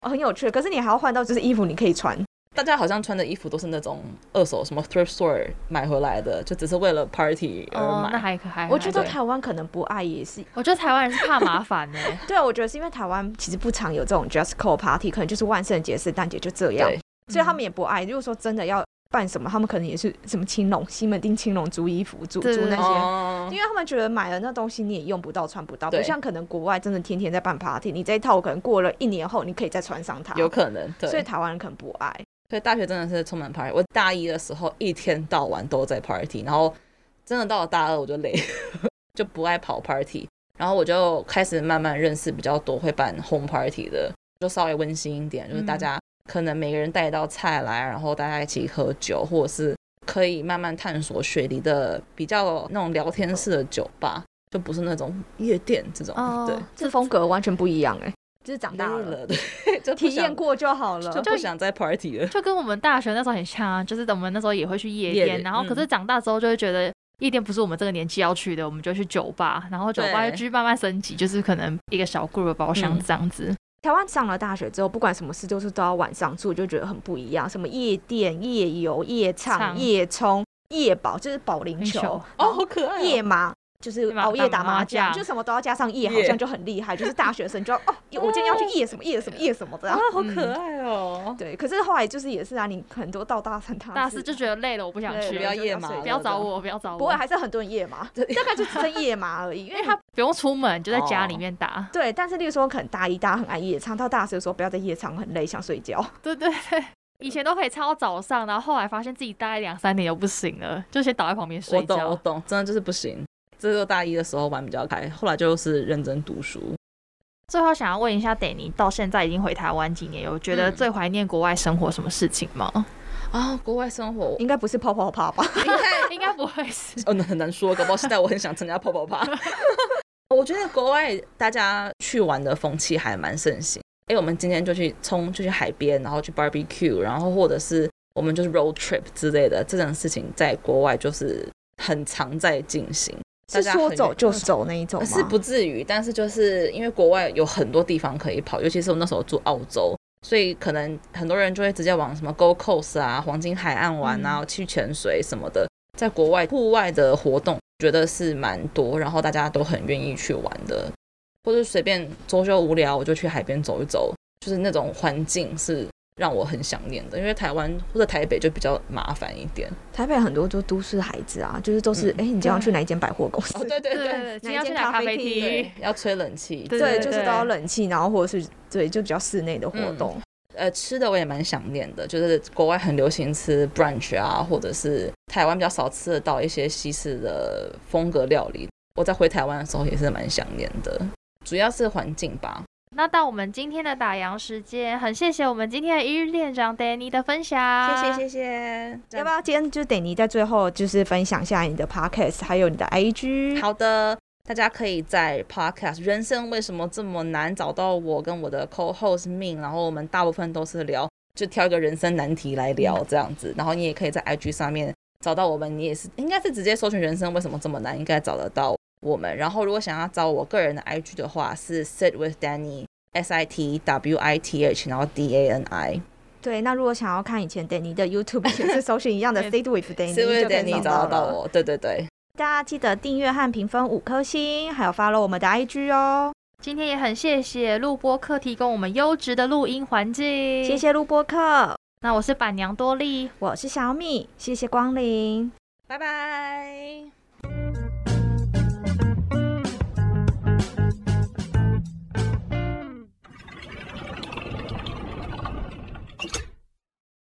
S2: 哦很有趣。可是你还要换到就是衣服你可以穿，
S3: 大家好像穿的衣服都是那种二手什么 thrift store 买回来的，就只是为了 party 而
S1: 哦，那
S3: 买。
S1: 还可还
S2: 我觉得
S3: 哎对
S2: 台湾可能不爱也是。
S1: 我觉得台湾人是怕麻烦呢、
S2: 对啊，我觉得是因为台湾其实不常有这种 dress code party，可能就是万圣节、圣诞节就这样，
S3: 对嗯
S2: 所以他们也不爱。如果说真的要办什么，他们可能也是什么青龙、西门町青龙租衣服、租
S1: 对
S2: 租那些。
S3: 哦
S2: 因为他们觉得买了那东西你也用不到、穿不到，不
S3: 对
S2: 像可能国外真的天天在办 party，你这一套可能过了一年后你可以再穿上它，
S3: 有可能，对。
S2: 所以台湾人可能不爱。
S3: 所以大学真的是充满 party。我大一的时候一天到晚都在 party，然后真的到了大二我就累， 就不爱跑 party，然后我就开始慢慢认识比较多会办 home party 的，就稍微温馨一点，就是
S2: 嗯
S3: 大家可能每个人带一道菜来，然后大家一起喝酒，或者是可以慢慢探索雪梨的比较那种聊天式的酒吧，就不是那种夜店这种，
S1: 哦，
S3: 对。
S2: 这风格完全不一样哎、就是长大
S3: 累
S2: 了，
S3: 了，对， 就不
S2: 体验
S3: 想
S2: 过就哦好了
S3: 就。不想再 party 了。
S1: 就跟我们大学那时候很像啊，就是我们那时候也会去夜
S3: 夜
S1: 店，
S3: 店嗯
S1: 然后可是长大之后就会觉得。夜店不是我们这个年纪要去的，我们就去酒吧，然后酒吧
S3: 对嗯
S1: 就继续慢慢升级，就是可能一个小 group 的包厢这样子。
S2: 台湾上了大学之后，不管什么事就是都要晚上做，就觉得很不一样。什么夜店、夜游、夜唱、
S1: 唱
S2: 夜冲、夜保，就是保龄球
S1: 球
S3: 哦，好可爱、哦！
S2: 夜麻。就是
S1: 夜麻
S2: 熬夜打
S1: 打
S2: 麻
S1: 麻
S2: 将，
S1: 将
S2: 就什么都要加上夜，好
S3: 夜
S2: 像就很厉害。就是大学生 就要哦，我今天要去夜什么夜什么夜什么的
S3: 啊，好可
S1: 可
S3: 爱哦！
S2: 对，可是后来就是也是啊，你很多到大三、
S1: 大
S2: 四
S1: 四就觉得累了，我不想
S2: 对
S1: 去
S3: 不，要夜麻，
S2: 就
S1: 不要找。我，不要找我，
S2: 不会，还是很多 人夜麻，
S3: 对
S2: 大概就只剩夜麻而已。因
S1: 因
S2: 为
S1: 为
S2: 他
S1: 他不用出门，就在家
S3: 哦
S1: 里面打。
S2: 对，但是例如说可能大一大家很爱夜唱，到大四的时候不要在夜唱，很累，想睡觉。
S1: 对对对，以前都可以唱到早上，然后后来发现自己大概两三点又不行了，就先倒在旁边
S3: 我
S1: 睡
S3: 懂，我
S1: 觉。
S3: 懂，真的就是不行。这就大一的时候玩比较开，后来就是认真读书。
S1: 最后想要问一下，d 你到现在已经回台湾几年，有觉得
S3: 嗯
S1: 最怀念国外生活什么事情吗？
S3: 啊、国外生活
S2: 应该不是泡泡趴吧？
S3: 应 该
S1: 应该不会是
S3: 嗯很难说，搞不好现在我很想参加泡泡趴。 我觉得国外大家去玩的风气还蛮盛行。哎、我们今天就去冲，就去海边，然后去 barbecue，然后或者是我们就是 road trip 之类的，这种事情在国外就是很常在进行。大
S2: 是
S3: 家
S2: 说
S3: 很嗯
S2: 走就走那一种吗？
S3: 是不至于，但是就是因为国外有很多地方可以跑，尤其是我那时候住澳洲，所以可能很多人就会直接往什么 Gold Coast 啊、黄金海岸玩
S1: 嗯
S3: 啊、去潜水什么的，在国外户外的活动觉得是蛮多，然后大家都很愿意去玩的，或者随便周休无聊我就去海边走一走，就是那种环境是。让我很想念的，因为台湾或者台北就比较麻烦一点。
S2: 台北很多就都市孩子啊，就是都是哎、诶你今天要去哪一间百货公司？
S3: 嗯哦，对对
S1: 对对，
S2: 哪
S3: 对，
S1: 今天
S2: 一
S1: 要
S2: 间
S1: 去
S2: 咖
S1: 哪咖
S2: 啡
S1: 啡
S2: 厅
S1: 厅
S3: 对？要吹冷气，
S1: 对
S2: 对，就是都要冷气，然后或者是对，就比较室内的活动。
S3: 呃，吃的我也蛮想念的，就是国外很流行吃 brunch 啊，或者是台湾比较少吃得到一些西式的风格料理。我在回台湾的时候也是蛮想念的，主要是环境吧。
S1: 那到我们今天的打烊时间，很谢谢我们今天的一日店长 Danny 的分享，
S3: 谢谢谢谢，
S2: 啊要
S3: 这样
S2: 不要今天就等你在最后就是分享一下你的 podcast，还有你的 IG？
S3: 好的，大家可以在 Podcast《人生为什么这么难》找到我跟我的 co-host Min，然后我们大部分都是聊，就挑一个人生难题来聊这样子。然后你也可以在 IG 上面找到我们，你也是应该是直接搜寻“人生为什么这么难”，应该找得到我们。然后如果想要找我个人的 IG 的话，是 Sit with Danny。S I T W I T H，然后 D A N I，
S2: 对，那如果想要看以前 Danny 的 YouTube，也是搜寻一样 的
S1: 对
S2: Sit with Danny，
S3: 是不是
S2: 就可以
S3: Danny
S2: 找
S3: 找得到
S2: 了。
S3: 我？对对对，
S2: 大家记得订阅和评分五颗星，还有 follow 我们的 IG 哦。
S1: 今天也很谢谢录播课提供我们优质的录音环
S3: 嗯
S1: 境，
S2: 谢。谢录播客，
S1: 那我是板娘多莉，
S2: 我是小米，谢谢光临。
S3: 拜拜。